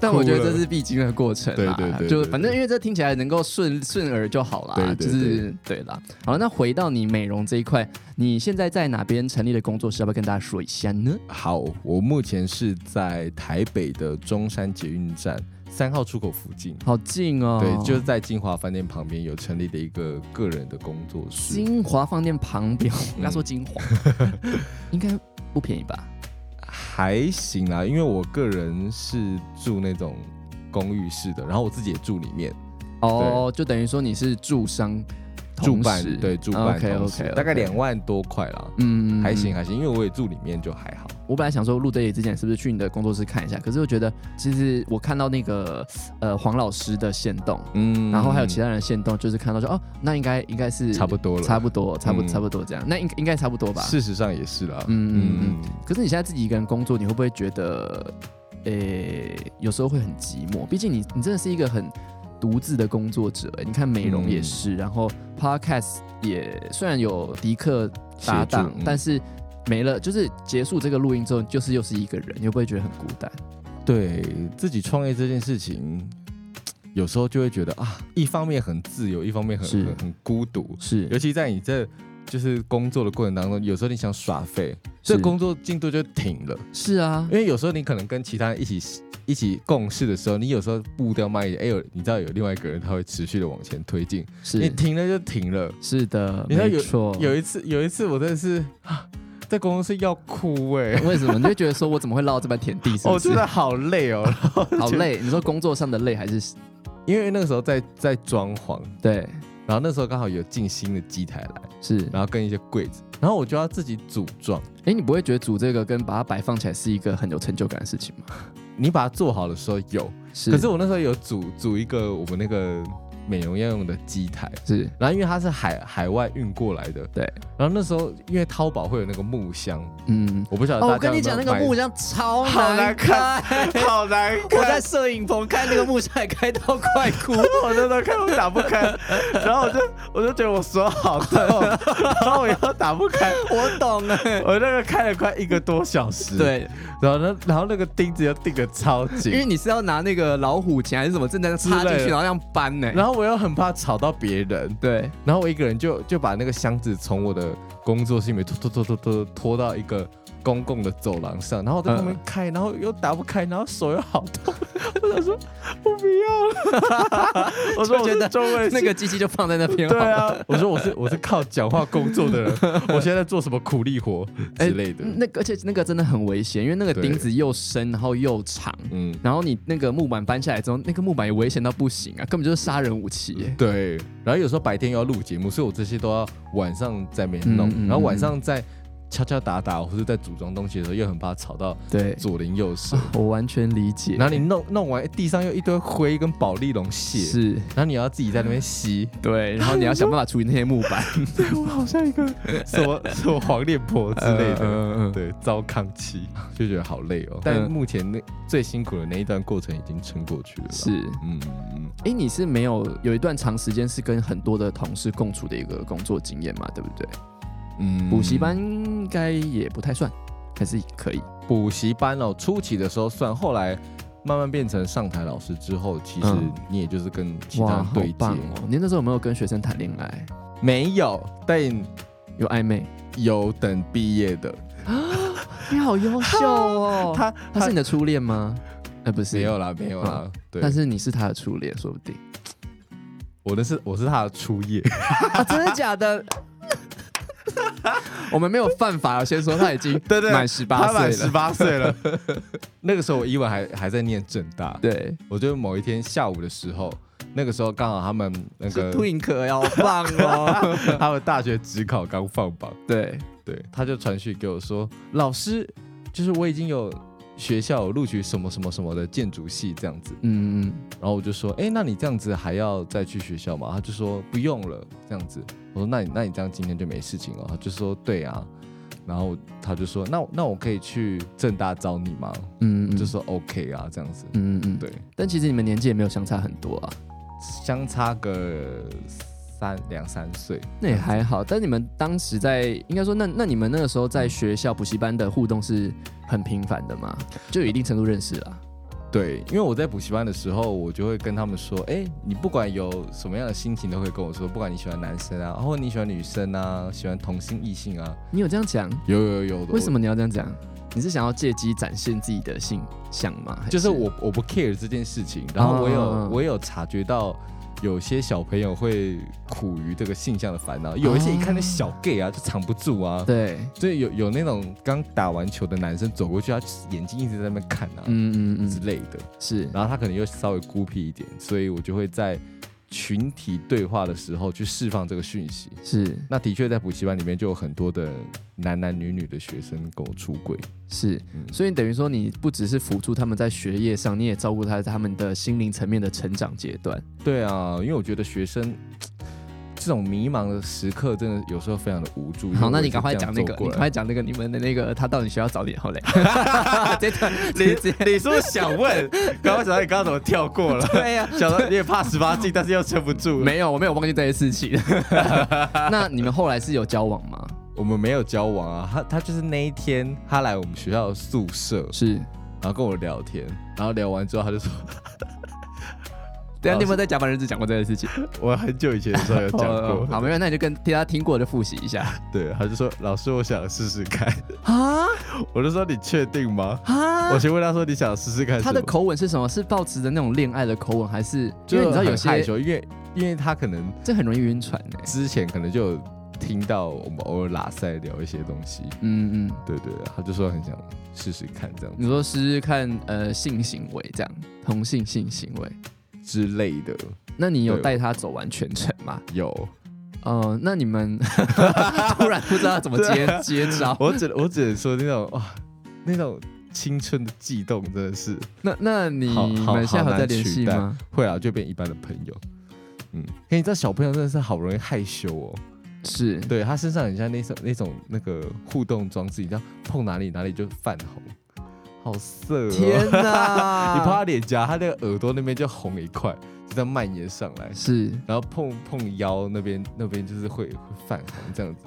S1: 但我觉得
S2: 哭了
S1: 这是必经的过程啦，
S2: 对对对对
S1: 就反正因为这听起来能够顺顺耳就好啦，
S2: 对对
S1: 就是对啦。好，那回到你美容这一块，你现在在哪边成立的工作室？要不要跟大家说一下呢？
S2: 好，我目前是在台北的中山捷运站三号出口附近。
S1: 好近哦，
S2: 对，就是在金华饭店旁边有成立的一个个人的工作室，
S1: 金华饭店旁边，我跟他说金 华，应该不便宜吧？
S2: 还行啦，因为我个人是住那种公寓式的，然后我自己也住里面，
S1: 哦，就等于说你是住商
S2: 住
S1: 同
S2: 办
S1: 时，哦
S2: 对住办
S1: OK
S2: 同时
S1: OK，
S2: 大概两，万多块啦，
S1: 嗯
S2: 还行。还行，因为我也住里面就还好。
S1: 我本来想说录这里之前是不是去你的工作室看一下，可是我觉得其实我看到那个呃黄老师的线动。
S2: 嗯
S1: 然后还有其
S2: 他
S1: 他人的线动，就是看到说哦，那应该应该是
S2: 差不多了
S1: 差不多，差不
S2: 嗯
S1: 差不多这样，那应应该差不多吧。
S2: 事实上也是啦，
S1: 嗯嗯可是你现在自己一个人工作，你会不会觉得，呃、有时候会很寂寞？毕竟你你真的是一个很独自的工作者、欸你看美容也是，
S2: 嗯
S1: 然后 podcast 也虽然有迪克搭档
S2: 协助，嗯
S1: 但是没了，就是结束这个录音之后，就是又是一个人，你会不会觉得很孤单？
S2: 对自己创业这件事情，有时候就会觉得啊，一方面很自由，一方面很
S1: 是
S2: 很很孤独，尤
S1: 是，
S2: 其在你这就是工作的过程当中，有时候你想耍废，这
S1: 是
S2: 工作进度就停了，
S1: 是啊
S2: 因，为有时候你可能跟其他人一起。一起共事的时候，你有时候步调慢一点，哎、有你知道有另外一个人他会持续的往前推进，你
S1: 是哦
S2: 停了就停了。
S1: 是的，
S2: 你知道
S1: 没错。
S2: 有一次，有一次我真的是啊在公司要哭 哎、
S1: 为什么你就会觉得说我怎么会落到这般田地？是
S2: 我、
S1: 不
S2: 哦、
S1: 是
S2: 真、的好累哦，
S1: 好累？你说工作上的累还是
S2: 因为那个时候在在装潢，
S1: 对？
S2: 然后那时候刚好有进新的机台来，
S1: 是，
S2: 然后跟一些柜子，然后我就要自己组装。
S1: 哎，你不会觉得煮这个跟把它摆放起来是一个很有成就感的事情吗？
S2: 你把它做好的时候有，
S1: 是
S2: 可是我那时候有组组一个我们那个美容要用的机台，
S1: 是
S2: 然后因为它是海海外运过来的，
S1: 对。
S2: 然后那时候因为淘宝会有那个木箱，
S1: 嗯。
S2: 我不晓得
S1: 哦，
S2: 大
S1: 我跟
S2: 家有没有买、
S1: 你讲，那个木箱超
S2: 好
S1: 难
S2: 难
S1: 开
S2: 看。好难
S1: 我在摄影棚开那个木箱，还开到快哭。
S2: 我那时候看我打不开， 然后我就我就觉得我手好 痛，然后我又打不开，
S1: 我懂了。
S2: 我那个开了快一个多小时，，
S1: 对，
S2: 然后呢，然后那个钉子又钉的超紧
S1: 因，为你是要拿那个老虎钳还是什么，正在插进
S2: 之类
S1: 去，
S2: 的
S1: 然后这样搬呢。
S2: 然后我又很怕吵到别人，
S1: 对，
S2: 然后我一个人就就把那个箱子从我的工作室里面拖拖拖拖拖拖到一个公共的走廊上，然后我在
S1: 嗯
S2: 后面开，然后又打不开，然后手又好 痛，我想说我不要了，我说
S1: 就
S2: 我
S1: 觉
S2: 是
S1: 得
S2: 中文系
S1: 那个机器就放在那边好
S2: 对
S1: 了。
S2: 啊， 我说我是我是靠讲话工作的人，我现在在做什么苦力活之类的，
S1: 哎那个而且那个真的很危险，因为那个
S2: 对
S1: 钉子又深，然后又长，
S2: 嗯，
S1: 然后你那个木板搬下来之后，那个木板也危险到不行啊，根本就是杀人武器耶。
S2: 对，然后有时候白天又要录节目，所以我这些都要晚上在那边弄，
S1: 嗯嗯
S2: 然后晚上在敲敲打打，或是在组装东西的时候，又很怕吵到
S1: 对，
S2: 左邻右舍。
S1: 我完全理解。
S2: 然后你弄弄完，哎地上又一堆灰跟保利龙屑，
S1: 是
S2: 然后你要自己在那边吸。
S1: 对，然后你要想办法处理那些木板
S2: 对我好像一个什么什么黄脸婆之类的，
S1: 嗯嗯嗯嗯
S2: 对，糟糠妻，就觉得好累哦。但目前那最辛苦的那一段过程已经撑过去了。，
S1: 是。
S2: 嗯嗯嗯，
S1: 哎，你是没有有一段长时间是跟很多的同事共处的一个工作经验嘛？对不对？
S2: 嗯
S1: 补习班应该也不太算，还是可以。
S2: 补习班哦，初期的时候算，后来慢慢变成上台老师之后，其实
S1: 嗯
S2: 你也就是跟其他
S1: 哇，
S2: 人
S1: 好
S2: 对接。
S1: 棒哦！你那时候有没有跟学生谈恋爱？
S2: 没有，但
S1: 有暧昧？
S2: 有等毕业的，
S1: 你好优秀哦！
S2: 他
S1: 他是你的初恋吗？呃，不是，
S2: 没有啦，没有啦。
S1: 嗯
S2: 对，
S1: 但是你是他的初恋，说不定。
S2: 我的是我是他的初夜，
S1: 啊，真的假的？ 我们没有犯法，先说他已经
S2: 对对
S1: 满十 八
S2: 他满
S1: 岁
S2: 十
S1: 了。
S2: 八岁了。 那个时候我英文还还在念正大，
S1: 对，
S2: 我就某一天下午的时候，那个时候刚好他们那
S1: 是
S2: 个
S1: Twink 好棒哦。
S2: 他们大学职考刚放榜，
S1: 对，
S2: 对，他就传讯给我说，老师，就是我已经有学校有录取什么什么什么的建筑系这样子，
S1: 嗯，
S2: 然后我就说，哎，那你这样子还要再去学校吗？他就说不用了，这样子。我说那你那你这样今天就没事情了。他就说对啊，然后他就说那那我可以去正大找你吗？
S1: 嗯嗯，
S2: 就说 OK 啊，这样子。
S1: 嗯嗯嗯，
S2: 对，
S1: 但其实你们年纪也没有相差很多啊，
S2: 相差个三两三岁，
S1: 那也还好。但你们当时在，应该说那那你们那个时候在学校补习班的互动是很频繁的嘛，就有一定程度认识啦。
S2: 对，因为我在补习班的时候，我就会跟他们说，哎、你不管有什么样的心情，都会跟我说，不管你喜欢男生啊，或你喜欢女生啊，喜欢同性异性啊，
S1: 你有这样讲？
S2: 有有有的。
S1: 为什
S2: 么？
S1: 么你要这样讲？你是想要借机展现自己的性向吗？还
S2: 就是我我不 care 这件事情，然后我有、
S1: 哦
S2: 我有察觉到。有些小朋友会苦于这个性向的烦恼，有一些一看那小 gay 啊，就藏不住啊。
S1: 对，
S2: 所以有有那种刚打完球的男生走过去，他就是眼睛一直在那边看啊、
S1: 嗯嗯
S2: 之
S1: 嗯，
S2: 类的。
S1: 是。
S2: 然后他可能又稍微孤僻一点，所以我就会在群体对话的时候去释放这个讯息。
S1: 是
S2: 那的确在补习班里面就有很多的男男女女的学生跟我出轨，
S1: 是，
S2: 嗯
S1: 所以等于说你不只是辅助他们在学业上，你也照顾他他们的心灵层面的成长阶段。
S2: 对啊，因为我觉得学生这种迷茫的时刻真的有时候非常的无助。
S1: 好，
S2: 因为
S1: 那
S2: 我
S1: 你
S2: 也是
S1: 赶快
S2: 这
S1: 讲
S2: 样
S1: 那个，
S2: 走过
S1: 你赶
S2: 来
S1: 快讲那个你们的那个他到底学校早点后 嘞， 这段
S2: 你
S1: 直接
S2: 你是不是想问？刚刚想到你刚刚怎么跳过了？
S1: 对呀、
S2: 想到你也怕十八禁，但是又撑不住。没，
S1: 没有，我没有忘记这些事 情。 那你们后来是有交往吗？
S2: 我们没有交往啊。他他就是那一天，他来我们学校的宿舍，
S1: 是，
S2: 然后跟我聊天，然后聊完之后他就说，
S1: 对啊，你有没有在甲板日志讲过这件事情？
S2: 我很久以前的时候哦有讲
S1: 哦
S2: 过，
S1: 好，没有，那你就跟大家听过的复习一下
S2: 对，他就说老师我想试试看，
S1: 啊
S2: 我就说你确定吗？我
S1: 啊！
S2: 先问他说你想试试看什么，
S1: 他的口吻是什么？是抱持着那种恋爱的口吻，还是因
S2: 就
S1: 为你知道有
S2: 很害
S1: 些
S2: 羞，因为因为他可能
S1: 这很容易晕船哎、
S2: 之前可能就有听到我们偶尔拉塞聊一些东西，
S1: 嗯嗯。
S2: 对对，他就说很想试试看这样
S1: 你说试试看，呃，性行为这样，同性性行为，
S2: 之类的，
S1: 那你有
S2: 对
S1: 带他走完全程吗？
S2: 有，
S1: 哦，那你 们突然不知道怎么接
S2: 啊
S1: 接招，
S2: 我只我只能说那种哇，那种青春的悸动真的是
S1: 那那你
S2: 好好
S1: 们现在还有在联系
S2: 好
S1: 吗？
S2: 会啊，就变一般的朋友。嗯，可你知道小朋友真的是好容易害羞哦。
S1: 是，
S2: 对他身上很像那种那种那个互动装置，你知道碰哪里哪里就泛红，好色、哦。
S1: 天
S2: 你碰他
S1: 哪，
S2: 脸颊，他那个耳朵那边就红一块，就在蔓延上来。
S1: 是
S2: 然后碰碰腰那边，那边就是会会泛红这样子，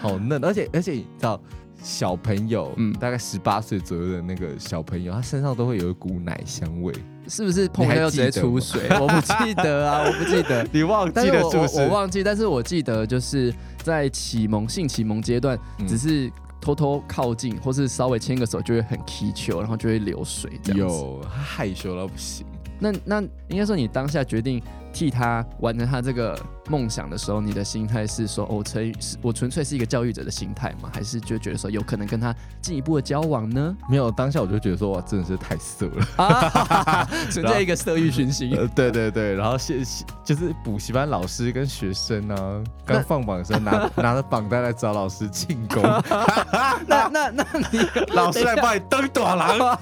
S2: 好嫩，而且而且你知道，小朋友，
S1: 嗯
S2: 大概十八岁左右的那个小朋友，他身上都会有一股奶香味，
S1: 是不是碰到就直接出水？我不记得啊，我不记得。
S2: 你忘
S1: 但
S2: 记
S1: 是
S2: 了
S1: 我
S2: 是不
S1: 我我
S2: 是？
S1: 忘记，但是我记得就是在启蒙性启蒙阶段，
S2: 嗯
S1: 只是偷偷靠近或是稍微牵个手就会很踢球，然后就会流水这样子。
S2: 有，他害羞到不行。
S1: 那那应该说，你当下决定替他完成他这个梦想的时候，你的心态是说，哦我纯我纯粹是一个教育者的心态吗？还是就觉得说，有可能跟他进一步的交往呢？
S2: 没有，当下我就觉得说哇，真的是太色了。
S1: 啊， 存在一个色欲熏心。
S2: 呃，对对对，然后现就是补习班老师跟学生啊，刚放榜的时候拿拿着榜单来找老师进攻，
S1: 那那那你
S2: 老师来帮你登短廊，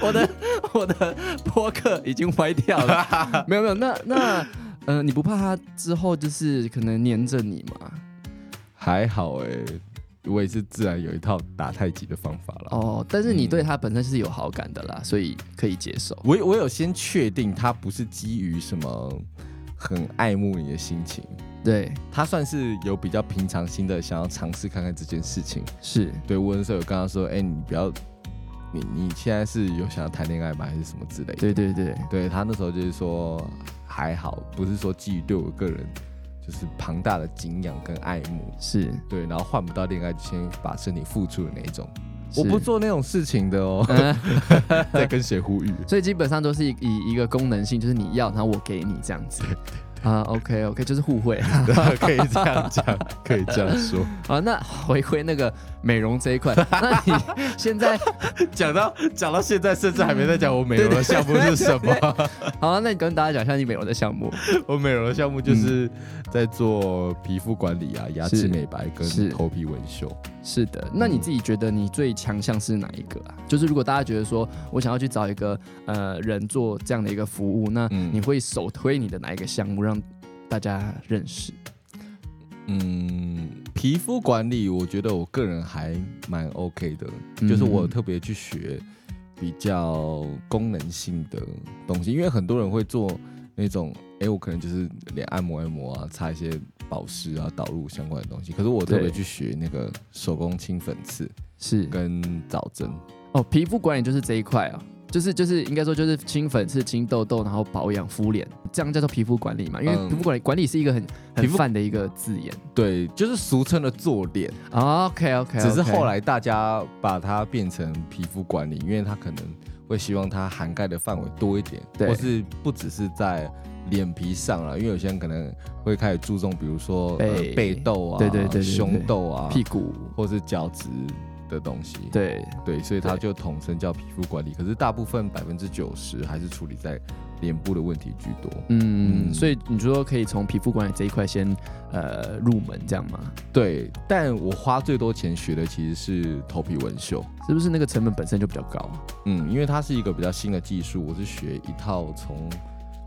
S1: 我的我的播客已经歪掉 了。没有没有，那那呃，你不怕他之后就是可能黏着你吗？
S2: 还好哎、我也是自然有一套打太极的方法了。
S1: 哦，但是你
S2: 嗯
S1: 对他本身是有好感的啦，所以可以接受。
S2: 我我有先确定他不是基于什么很爱慕你的心情，
S1: 对，
S2: 他算是有比较平常心的想要尝试看看这件事情。
S1: 是
S2: 对，我那时候有跟他说，哎、你不要，你你现在是有想要谈恋爱吗？还是什么之类的？
S1: 对对对，
S2: 对他那时候就是说还好，不是说基于对我个人就是庞大的敬仰跟爱慕，
S1: 是
S2: 对，然后换不到恋爱就先把身体付出的那一种。
S1: 是
S2: 我不做那种事情的哦， 在跟谁呼吁？
S1: 所以基本上都是以以一个功能性，就是你要，然后我给你这样 子。啊，OK OK，就是互惠
S2: 可以这样讲，可以这样说。
S1: 啊。那回归那个美容这一块，那你 现在
S2: 讲到讲到现在，甚至还没在讲我美容的项目是什么。
S1: 好、啊，那你跟大家讲一下你美容的项目。
S2: 我美容的项目就是在做皮肤管理啊、牙齿
S1: 是
S2: 美白
S1: 是
S2: 跟头皮纹绣。
S1: 是的，那你自己觉得你最强项是哪一个啊？
S2: 嗯
S1: 就是如果大家觉得说我想要去找一个呃人做这样的一个服务，那
S2: 嗯
S1: 你会首推你的哪一个项目让大家认识？
S2: 嗯，皮肤管理，我觉得我个人还蛮 OK 的，就是我有特别去学比较功能性的东西，因为很多人会做那种，哎、我可能就是连按摩按摩啊，擦一些保湿啊、导入相关的东西，可是我特
S1: 对
S2: 别去学那个手工清粉刺
S1: 是
S2: 跟早针，
S1: 哦，皮肤管理就是这一块啊。就是就是应该说就是清粉刺、清痘痘，然后保养敷脸，这样叫做皮肤管理嘛？因为
S2: 嗯
S1: 皮肤管理、管理是一个很很
S2: 皮肤
S1: 泛的一个字眼。
S2: 对，就是俗称的做脸。
S1: OK 哎 OK，
S2: 只是后来大家把它变成皮肤管理，因为它可能会希望它涵盖的范围多一点，
S1: 对
S2: 或是不只是在脸皮上了，因为有些人可能会开始注重，比如说
S1: 背
S2: 呃、背痘啊、
S1: 对对对对对
S2: 胸痘啊、
S1: 屁股
S2: 或是角质的东西。
S1: 对
S2: 对，所以它
S1: 对
S2: 就统称叫皮肤管理。可是大部分百分之九十还是处理在脸部的问题居多。
S1: 嗯，
S2: 嗯
S1: 所以你说可以从皮肤管理这一块先呃入门，这样吗？
S2: 对，但我花最多钱学的其实是头皮纹绣。
S1: 是不是那个成本本身就比较高？
S2: 嗯，因为它是一个比较新的技术，我是学一套从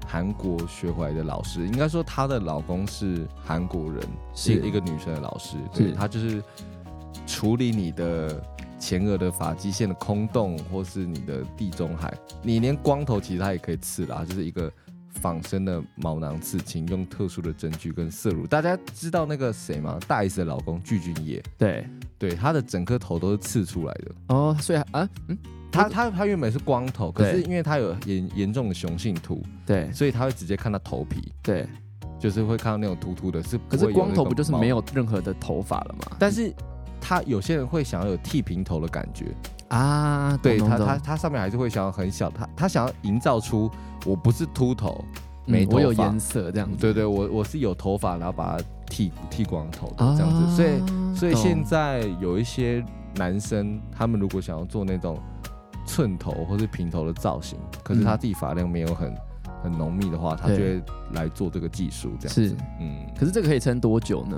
S2: 韩国学回来的老师，应该说她的老公是韩国人，
S1: 是
S2: 一个一个女生的老师，对，
S1: 是
S2: 她就是处理你的前额的发际线的空洞，或是你的地中海，你连光头其实它也可以刺啦，就是一个。仿生的毛囊刺青，用特殊的针具跟色乳。大家知道那个谁吗？大 S 的老公具俊晔，
S1: 对，
S2: 对，他的整颗头都是刺出来的。
S1: 哦，所以啊，嗯，
S2: 他他他原本是光头，可
S1: 对
S2: 是因为他有严严重的雄性秃，
S1: 对
S2: 所以他会直接看到头皮，
S1: 对，
S2: 就是会看到那种秃秃的，是
S1: 可
S2: 不
S1: 是
S2: 会有
S1: 光
S2: 那
S1: 头
S2: 种
S1: 不就是
S2: 毛
S1: 没？有任何的头发了吗？
S2: 但是他有些人会想要有剃平头的感觉，
S1: 啊，懂
S2: 对
S1: 懂
S2: 他
S1: 懂
S2: 他他上面还是会想要很小，他他想要营造出我不是秃头，没
S1: 嗯我有
S2: 头发
S1: 颜色这样子
S2: 对对，我我是有头发，然后把它剃剃光头
S1: 啊
S2: 的这样子，所以所以
S1: 懂
S2: 现在有一些男生，他们如果想要做那种寸头或是平头的造型，可是他自己发量没有很很浓密的话，他就
S1: 对
S2: 会来做这个技术，这样
S1: 是
S2: 子。，嗯，
S1: 可是这个可以撑多久呢？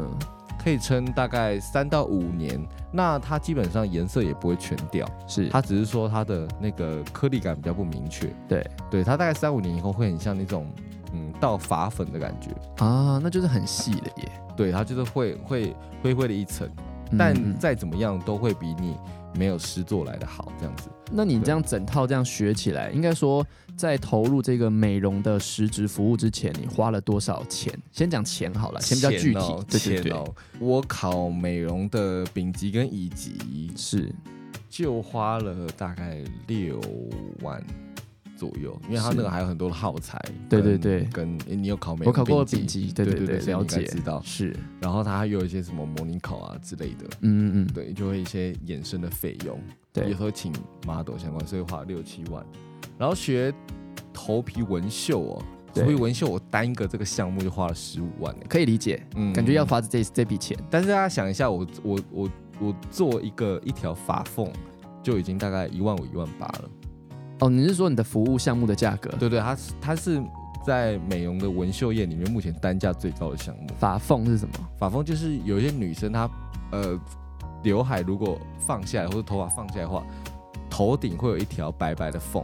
S2: 可以撑大概三到五年。那它基本上颜色也不会全掉，
S1: 是
S2: 它只是说它的那个颗粒感比较不明确。
S1: 对
S2: 对，它大概三五年以后会很像那种嗯到发粉的感觉。
S1: 啊，那就是很细了耶。
S2: 对，它就是会会灰灰的一层，
S1: 嗯
S2: 但
S1: 嗯
S2: 再怎么样都会比你没有湿做来的好，这样子。
S1: 那你这样整套这样学起来，应该说在投入这个美容的实质服务之前，你花了多少钱？先讲钱好了，先比较具体。
S2: 哦
S1: 对对
S2: 钱
S1: 对，
S2: 哦我考美容的丙级跟乙级
S1: 是
S2: 就花了大概六万左右，因为他
S1: 是
S2: 那个还有很多的耗材。
S1: 对对
S2: 跟
S1: 对
S2: 跟诶你有考美容，
S1: 我考过丙，级，对
S2: 对
S1: 对
S2: 对对所以
S1: 了
S2: 你应该
S1: 解，
S2: 知道
S1: 是，
S2: 然后他还有一些什么模拟考啊之类的，
S1: 嗯嗯嗯，
S2: 对，就会一些衍生的费用。有
S1: 对
S2: 时，候请 model 相关，所以花了六七万。然后学头皮纹绣哦，
S1: 对
S2: 所以纹绣我单一个这个项目就花了十五万、欸、
S1: 可以理解，
S2: 嗯
S1: 感觉要花这这笔钱，
S2: 但是大家想一下，我我我我做一个一条发缝就已经大概一万五一万八了，
S1: 哦，你是说你的服务项目的价格？
S2: 对对，它是它是在美容的纹绣业里面目前单价最高的项目。
S1: 发缝是什么？
S2: 发缝就是有一些女生她呃刘海如果放下来或者头发放下来的话，头顶会有一条白白的缝，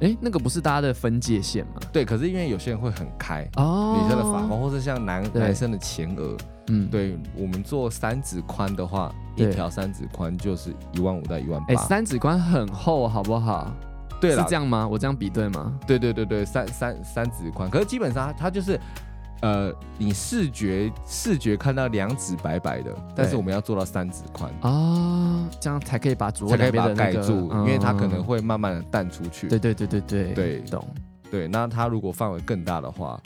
S1: 哎，那个不是大家的分界线吗？
S2: 对，可是因为有些人会很开，
S1: 哦，
S2: 女生的发缝，或是像男
S1: 对
S2: 男生的前额，
S1: 嗯，
S2: 对我们做三指宽的话，一
S1: 对
S2: 条三指宽就是一万五到一万
S1: 哎，
S2: 八。
S1: 三指关很厚，好不好？
S2: 对
S1: 是
S2: 了
S1: 这，样吗？我这样比对吗？
S2: 对对对对，三三三指宽，可是基本上它它就是。呃，你视觉视觉看到两指白白的，但是我们要做到三指宽，
S1: 啊，这样才可以把左右
S2: 才可以
S1: 两
S2: 把它
S1: 边的
S2: 盖
S1: 那个
S2: 住，因为它可能
S1: 嗯
S2: 会慢慢的淡出去。
S1: 对对对对对
S2: 对
S1: 懂。
S2: 对，那它如果范围更大的话，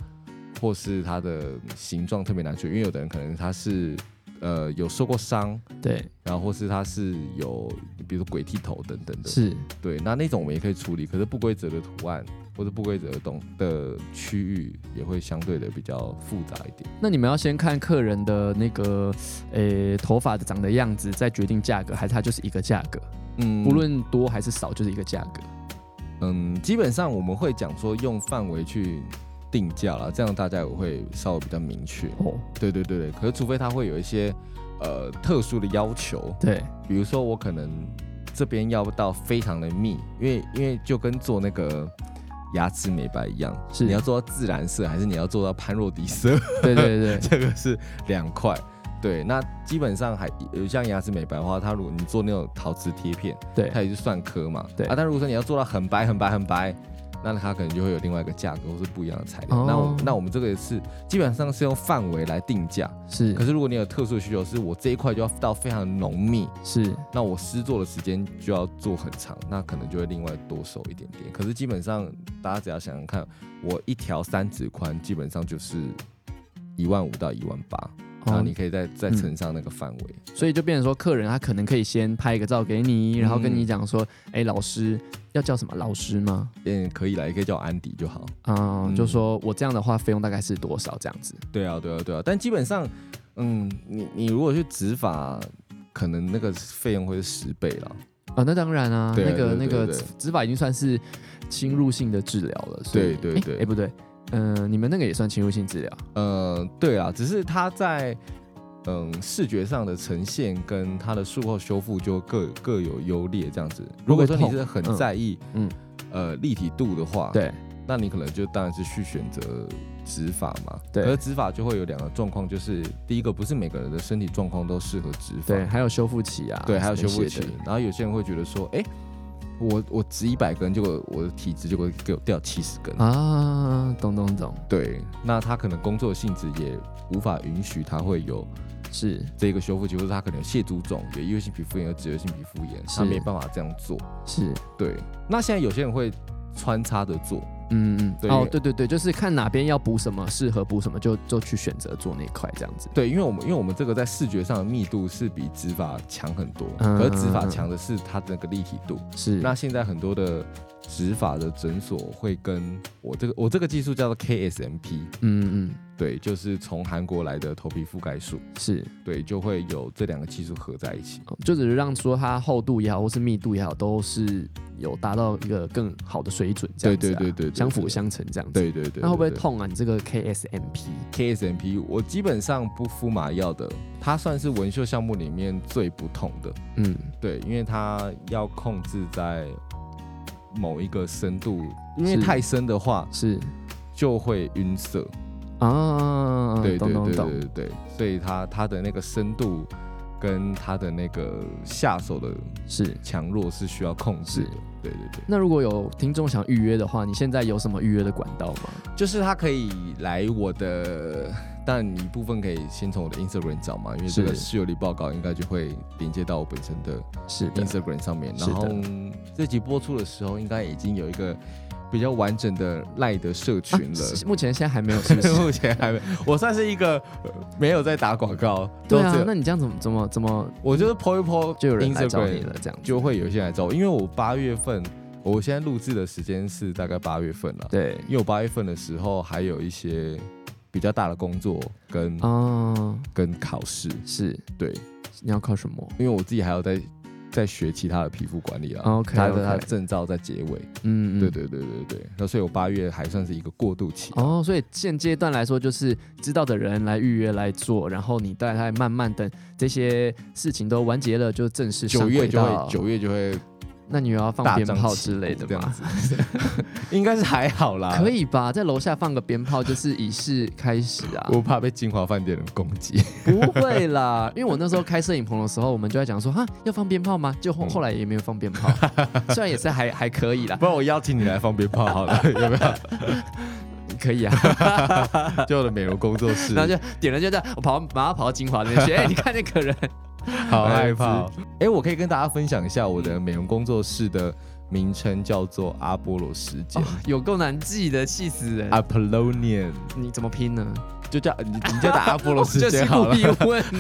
S2: 或是它的形状特别难取，因为有的人可能他是呃有受过伤，
S1: 对，
S2: 然后或是他是有比如说鬼剃头等等的，
S1: 是
S2: 对，那那种我们也可以处理，可是不规则的图案或者不规则的东的区域也会相对的比较复杂一点。
S1: 那你们要先看客人的那个，呃，头发的长的样子，再决定价格，还是它就是一个价格，
S2: 嗯
S1: 无论多还是少，就是一个价格。
S2: 嗯，基本上我们会讲说用范围去定价啦，这样大家也会稍微比较明确。
S1: 哦，
S2: 对对对对，可是除非他会有一些呃特殊的要求，
S1: 对，
S2: 比如说我可能这边要到非常的密，因为因为就跟做那个。牙齿美白一样，
S1: 是
S2: 你要做到自然色，还是你要做到潘若迪色？
S1: 对对对
S2: 这个是两块。对，那基本上还有像牙齿美白的话，它如果你做那种陶瓷贴片，
S1: 对
S2: 它
S1: 对，
S2: 也是算颗嘛。
S1: 对
S2: 啊，但如果说你要做到很白、很白、很白，那它可能就会有另外一个价格，或是不一样的材料。
S1: 哦
S2: 那我那我们这个也是基本上是用范围来定价。
S1: 是
S2: 可是如果你有特殊的需求，是我这一块就要到非常浓密，
S1: 是
S2: 那我施做的时间就要做很长，那可能就会另外多收一点点。可是基本上大家只要想想看，我一条三指宽基本上就是一万五到一万八。然后
S1: 哦
S2: 你，可以再再乘上那个范围。
S1: 所以就变成说，客人他可能可以先拍一个照给
S2: 嗯
S1: 你，然后跟你讲说，哎、老师要叫什么老师吗？
S2: 嗯，可以啦，也可以叫我安迪就好。
S1: 啊、
S2: 嗯
S1: 就说我这样的话，费用大概是多少这样子？
S2: 对啊，对啊，对啊。但基本上，嗯，你你如果去执法，可能那个费用会是十倍啦。
S1: 啊，那当然啊，
S2: 对啊
S1: 那个
S2: 对
S1: 那
S2: 对
S1: 个
S2: 对
S1: 执执法已经算是侵入性的治疗了，所以
S2: 对对
S1: 诶
S2: 对
S1: 诶不对，嗯、你们那个也算侵入性治疗，
S2: 呃，对啊，只是它在嗯视觉上的呈现跟它的术后修复就各各有优劣这样子。如果说你
S1: 痛
S2: 是很
S1: 嗯
S2: 在意，
S1: 嗯
S2: 嗯。呃，立体度的话，，
S1: 对
S2: 那你可能就当然是去选择植发嘛。
S1: 对
S2: 可是植发就会有两个状况，就是第一个不是每个人的身体状况都适合植发，
S1: 对，还有修复期啊，
S2: 对，还有
S1: 什么
S2: 修复
S1: 一
S2: 期
S1: 些的。
S2: 然后有些人会觉得说，哎、我我植一百根，结果我的体脂就会给我掉七十根。
S1: 啊，懂懂懂，
S2: 对，那他可能工作性质也无法允许他会有
S1: 是
S2: 这个修复期，或者他可能有蟹足肿、有异位性皮肤炎、有脂溢性皮肤炎，
S1: 是
S2: 他没办法这样做。
S1: 是，
S2: 对，那现在有些人会穿插着做，
S1: 嗯嗯，
S2: 对
S1: 哦，对对对，就是看哪边要补什么，适合补什么就就去选择做那一块这样子。
S2: 对，因为我们因为我们这个在视觉上的密度是比植发强很多，
S1: 嗯
S2: 可是植发强的是它的那个立体度。
S1: 是，
S2: 那现在很多的植发的诊所会跟我这个我这个技术叫做 KSMP，
S1: 嗯嗯
S2: 对，就是从韩国来的头皮覆盖术，
S1: 是，
S2: 对，就会有这两个技术合在一起。
S1: 哦就只是让说它厚度也好，或是密度也好，都是有达到一个更好的水准，这样子、啊，
S2: 对对对对对
S1: 相辅
S2: 对
S1: 相成这样子。
S2: 对对对
S1: 那会不会痛啊？你这个 KSMP
S2: ？KSMP 我基本上不敷麻药的，它算是纹绣项目里面最不痛的，
S1: 嗯，
S2: 对，因为它要控制在某一个深度，因为
S1: 是
S2: 太深的话
S1: 是
S2: 就会晕色。
S1: 啊，
S2: 对对
S1: 懂
S2: 对
S1: 懂
S2: 对
S1: 懂，
S2: 对对，所以它它的那个深度跟它的那个下手的
S1: 是。
S2: 强弱是需要控制的
S1: 是。
S2: 对对对，
S1: 那如果有听众想预约的话，你现在有什么预约的管道吗？
S2: 就是它可以来我的，但一部分可以先从我的 Instagram 找嘛，因为这个
S1: 是
S2: 室友力报告应该就会连接到我本身的
S1: 是的，
S2: Instagram 上面。
S1: 是
S2: 然
S1: 的
S2: 后这集播出的时候，应该已经有一个比较完整的赖的社
S1: 啊
S2: 群了。？
S1: 是目前现在还没有，是不是
S2: 目前还没，我算是一个呃没有在打广告，
S1: 对
S2: 都只
S1: 啊
S2: 有，
S1: 那你这样怎么怎么怎么
S2: 我就是 po 一 po，
S1: 就有人来找
S2: Instagram
S1: 你了？这样子
S2: 就会有一些来找我，因为我八月份我现在录制的时间是大概八月份了，
S1: 对
S2: 因为我八月份的时候还有一些比较大的工作跟、
S1: 哦，
S2: 跟考试，
S1: 是
S2: 对，
S1: 你要考什么？
S2: 因为我自己还要在在学其他的皮肤管理啦
S1: 哦 OK，
S2: 它的
S1: OK
S2: 它的证照在结尾，
S1: 嗯，嗯
S2: 对。对对对对，那所以我八月还算是一个过渡期，
S1: 哦，所以现阶段来说，就是知道的人来预约来做，然后你大概慢慢等这些事情都完结了，就正式上
S2: 九月
S1: 轨
S2: 就
S1: 道
S2: 会九月就会
S1: 那你又要放
S2: 大
S1: 鞭
S2: 张
S1: 炮
S2: 旗
S1: 之类
S2: 鼓
S1: 的
S2: 这样
S1: 吗？
S2: 子， 应该是还好啦，
S1: 可。以吧，在楼下放个鞭炮就是仪式开始啊。
S2: 我怕被金华饭店人攻击，
S1: 不会啦，因为我那时候开摄影棚的时候，我们就在讲说哈要放鞭炮吗？就
S2: 嗯
S1: 后后来也没有放鞭炮，虽然也是还还可 以啦，
S2: 不然我邀请你来放鞭炮好了， 有没有？
S1: 可以啊。
S2: 就我的美容工作室，
S1: 然后就点了就这样，我跑马上跑到金华那边 去，哎、你看那个人，
S2: 好害怕。哎，我可以跟大家分享一下我的美容工作室的名称叫做阿波罗时间
S1: 哦、有够难记的，气死人。
S2: （Apollonian），
S1: 你怎么拼呢？
S2: 就叫你你就打阿波罗 时
S1: 就是
S2: 间好
S1: 故
S2: 了
S1: 意问你。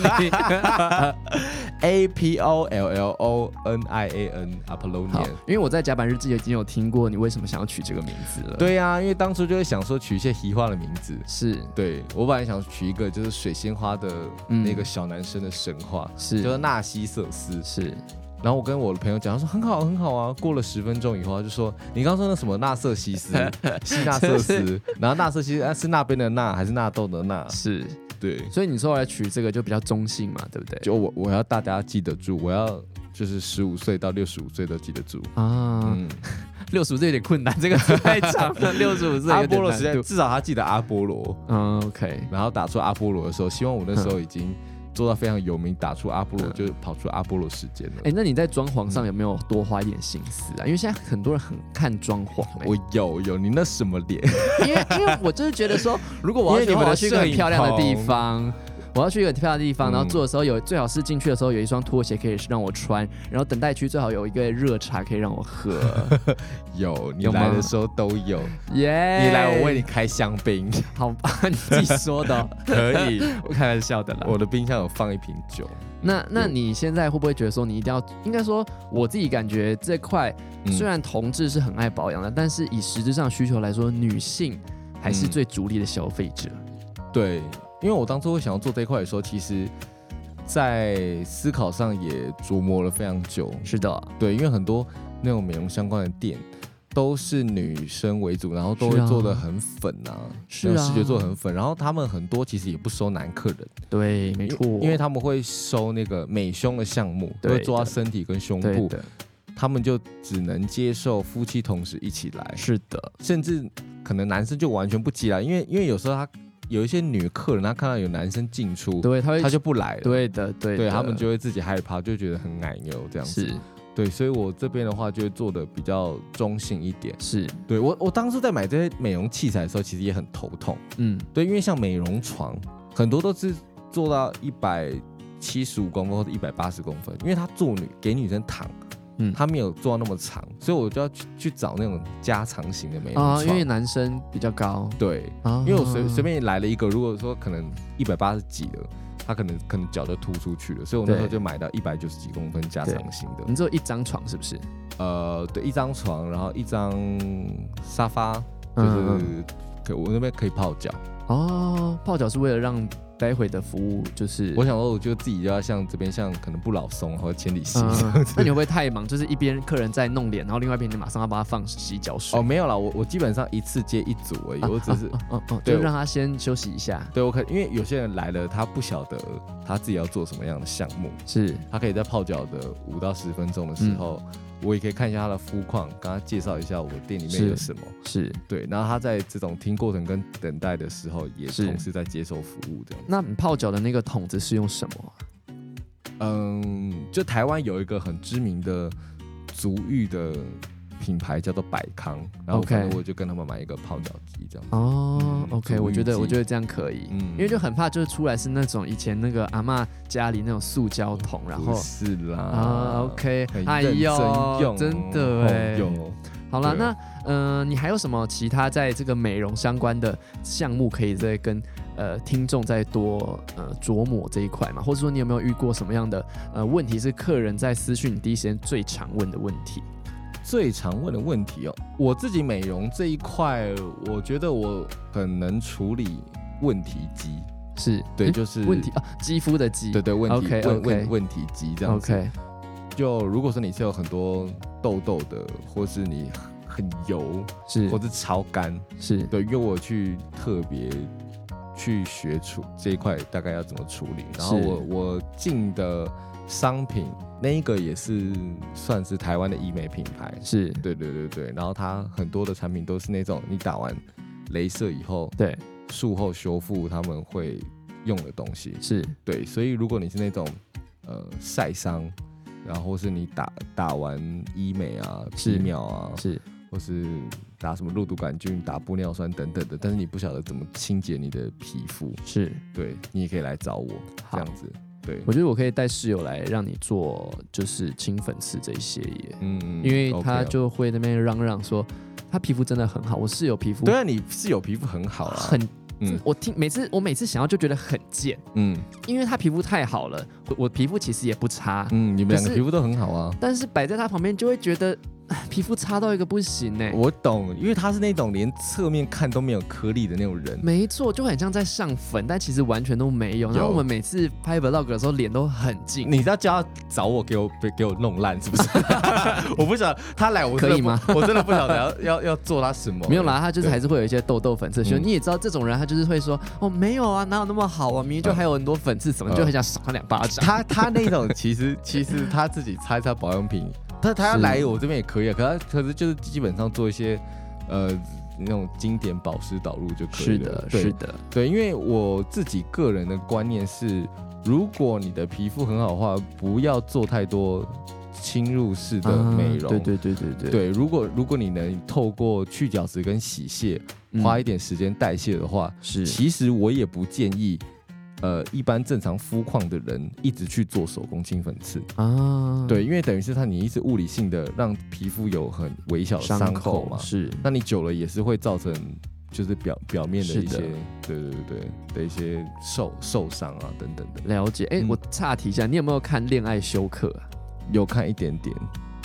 S2: ，A P O L L O N I A N
S1: 好
S2: Apollonian。，
S1: 因为我在甲板日志已经有听过你为什么想要取这个名字了。，
S2: 对呀、因为当初就会想说取一些奇化的名字。
S1: 是
S2: 对我本来想取一个就是水仙花的
S1: 嗯
S2: 那个小男生的神话，
S1: 是
S2: 就是纳西瑟斯。
S1: 是，
S2: 然后我跟我的朋友讲，他说很好很好啊。过了十分钟以后，他就说你刚刚说那什么纳瑟西 斯，西纳瑟斯，然后纳瑟西斯啊是那边的纳还是纳豆的纳？
S1: 是，
S2: 对，
S1: 所以你说来取这个就比较中性嘛，对不对？
S2: 就我我要大家记得住，我要就是十五岁到六十五岁都记得住。
S1: 啊，
S2: 嗯，
S1: 六十五岁有点困难，这个字太长 了，六十五岁
S2: 阿
S1: 有
S2: 波
S1: 点
S2: 罗时
S1: 难
S2: 间
S1: 度。
S2: 至少他记得阿波罗，
S1: 嗯，OK，
S2: 然后打出阿波罗的时候，希望我那时候已经做到非常有名，打出阿波罗
S1: 嗯
S2: 就跑出阿波罗时间了
S1: 哎、。那你在装潢上有没有多花一点心思啊？因为现在很多人很看装潢、欸，
S2: 我有有，你那什么脸？
S1: 因为因为我就是觉得说，如果我要
S2: 因为
S1: 去，
S2: 你
S1: 我
S2: 们的
S1: 要去一个很
S2: 摄影
S1: 漂亮的地
S2: 棚
S1: 方。我要去一个很漂亮的地方，然后
S2: 嗯
S1: 做的时候有、最好是进去的时候有一双拖鞋可以让我穿，然后等待区最好有一个热茶可以让我 喝。
S2: 有，你
S1: 有吗哎
S2: 来的时候都有。
S1: 耶、
S2: 你来，我为你开香槟，
S1: 好吧，你自己说的哦、
S2: 可以。
S1: 我开玩笑的啦。
S2: 我的冰箱有放一瓶酒，
S1: 那那
S2: 有
S1: 你现在会不会觉得说你一定要？应该说我自己感觉这块
S2: 嗯
S1: 虽然同志是很爱保养的，但是以实质上需求来说，女性还是
S2: 嗯
S1: 最主力的消费者。
S2: 对，因为我当初会想要做这一块的时候，其实，在思考上也琢磨了非常久。
S1: 是的，
S2: 对，因为很多那种美容相关的店都是女生为主，然后都
S1: 是
S2: 会
S1: 啊
S2: 做的很粉啊，
S1: 是
S2: 那种
S1: 啊
S2: 视觉做的很粉，然后他们很多其实也不收男客人，
S1: 对，没错，
S2: 因为他们会收那个美胸的项目，
S1: 对
S2: 会做到
S1: 的
S2: 身体跟胸
S1: 对
S2: 部，
S1: 的，
S2: 他们就只能接受夫妻同时一起来。
S1: 是的，
S2: 甚至可能男生就完全不急了，因为因为有时候他有一些女客人，她看到有男生进出，
S1: 对，他会
S2: 她就不来了。
S1: 对的，对的，
S2: 对他们就会自己害怕，就觉得很奶牛这样子。
S1: 是
S2: 对，所以我这边的话就会做的比较中性一点。
S1: 是，
S2: 对我，我当初在买这些美容器材的时候，其实也很头痛。
S1: 嗯，
S2: 对，因为像美容床，很多都是做到一百七十五公分或者一百八十公分，因为它做女给女生躺，
S1: 嗯
S2: 嗯，它没有做到那么长，所以我就要去去找那种加长型的美容床。
S1: 啊，因为男生比较高
S2: 对，
S1: 啊，
S2: 因为我随随便来了一个，如果说可能一百八十几的，他可能可能脚就突出去了，所以我那时候
S1: 对
S2: 就买到一百九十几公分加长型的，
S1: 你只有一张床是不是？
S2: 呃，对，一张床，然后一张沙发，就
S1: 嗯
S2: 是可我那边可以泡脚。
S1: 哦，泡脚是为了让待会的服务就是
S2: 我想说，我就自己就要像这边像可能不老松和千里溪
S1: 嗯
S2: 这样子。
S1: 那你会不会太忙？就是一边客人在弄脸，然后另外一边你马上要帮他放洗脚水。
S2: 哦，没有啦，我我基本上一次接一组而已，我 只是。
S1: 哦哦哦，
S2: 对
S1: 就让他先休息一下。
S2: 对，我可因为有些人来了，他不晓得他自己要做什么样的项目，
S1: 是
S2: 他可以在泡脚的五到十分钟的时候，
S1: 嗯
S2: 我也可以看一下他的肤况，跟他介绍一下我店里面有什么。
S1: 是，
S2: 对，然后他在这种听过程跟等待的时候，也
S1: 是
S2: 同时在接受服务这样。
S1: 那你泡脚的那个桶子是用什么？啊
S2: 嗯，就台湾有一个很知名的足浴的品牌叫做百康，然后
S1: OK
S2: 反正我就跟他们买一个泡脚机这样。
S1: 哦
S2: 嗯
S1: ，OK，
S2: 足
S1: 我觉得
S2: 浴
S1: 我
S2: 剂
S1: 觉得这样可以，
S2: 嗯
S1: 因为就很怕就是出来是那种以前那个阿嬷家里那种塑胶桶，然后
S2: 不是啦
S1: 啊，OK，
S2: 很
S1: 哎
S2: 认真
S1: 呦
S2: 用，，
S1: 真的
S2: 哦
S1: 哎，
S2: 有。
S1: 好了，
S2: 对
S1: 那
S2: 啊
S1: 嗯、呃你还有什么其他在这个美容相关的项目可以再跟呃听众再多呃琢磨这一块吗？或者说你有没有遇过什么样的呃问题是客人在私讯你第一时间最常问的问题？
S2: 最常问的问题哦。我自己美容这一块，我觉得我很能处理问题肌，
S1: 是
S2: 对，
S1: 诶
S2: 就是
S1: 问题，啊，肌肤的肌，
S2: 对对，问题
S1: OK，
S2: 问
S1: OK
S2: 问问题肌这样子。
S1: ，OK，
S2: 就如果说你是有很多痘痘的，或是你很油，
S1: 是
S2: 或是超干，
S1: 是
S2: 对，因为我去特别去学处这一块大概要怎么处理，然后
S1: 是
S2: 我我进的商品那一个也是算是台湾的医美品牌，
S1: 是，
S2: 对对对对，然后它很多的产品都是那种你打完镭射以后
S1: 对，
S2: 术后修复他们会用的东西，
S1: 是
S2: 对，所以如果你是那种呃晒伤，然后或是你打打完医美啊、
S1: 是
S2: 皮秒啊，
S1: 是
S2: 或是打什么肉毒杆菌、打玻尿酸等等的，但是你不晓得怎么清洁你的皮肤，
S1: 是，
S2: 对你也可以来找我
S1: 好
S2: 这样子。对，
S1: 我觉得我可以带室友来让你做，就是清粉刺这一些耶，
S2: 嗯，嗯
S1: 因为
S2: OK
S1: 他
S2: 啊
S1: 就会那边嚷嚷说，他皮肤真的很好，我室友皮肤
S2: 对啊，你是有皮肤很好啊，
S1: 很，
S2: 嗯
S1: 我听每次我每次想要就觉得很贱，
S2: 嗯
S1: 因为他皮肤太好了，我我皮肤其实也不差，
S2: 嗯，你们两
S1: 可
S2: 个
S1: 是
S2: 皮肤都很好啊。
S1: 但是摆在他旁边就会觉得唉皮肤差到一个不行欸呢。
S2: 我懂，因为他是那种连侧面看都没有颗粒的那种人，
S1: 没错，就很像在上粉，但其实完全都没有。
S2: 有
S1: 然后我们每次拍 vlog 的时候，脸都很近。
S2: 你知道叫他找我给我给给我弄烂是不是？ 我不晓得他来我真的
S1: 可以吗
S2: 不？我真的不晓得要要要做他什么、
S1: 没有啦，他就是还是会有一些痘痘粉刺。所以
S2: 嗯
S1: 你也知道，这种人他就是会说：“哦，没有啊，哪有那么好啊？明明就还有很多粉刺，什么
S2: 嗯
S1: 就很想赏他两巴掌。
S2: 他他那种其 实其实他自己擦一擦保养品，他他要
S1: 是
S2: 来我这边也可以啊，可他可是就是基本上做一些呃那种经典保湿导入就”可
S1: 是
S2: 以了
S1: 的，。
S2: 对
S1: 是的，
S2: 对，因为我自己个人的观念是，如果你的皮肤很好的话，不要做太多侵入式的
S1: 啊
S2: 美容。
S1: 对对对对对，
S2: 对，如果如果你能透过去角质跟洗卸，
S1: 嗯
S2: 花一点时间代谢的话，
S1: 是
S2: 其实我也不建议，呃，一般正常肤况的人一直去做手工清粉刺。
S1: 啊，
S2: 对，因为等于是它你一直物理性的让皮肤有很微小的
S1: 伤
S2: 伤口嘛，
S1: 是
S2: 那你久了也是会造成就是表表面的
S1: 是
S2: 一
S1: 的
S2: 些，对对对对的一些受受伤啊等等的。
S1: 了解。哎、
S2: 嗯
S1: 我岔题一下，你有没有看《恋爱休克》啊？
S2: 有看一点点，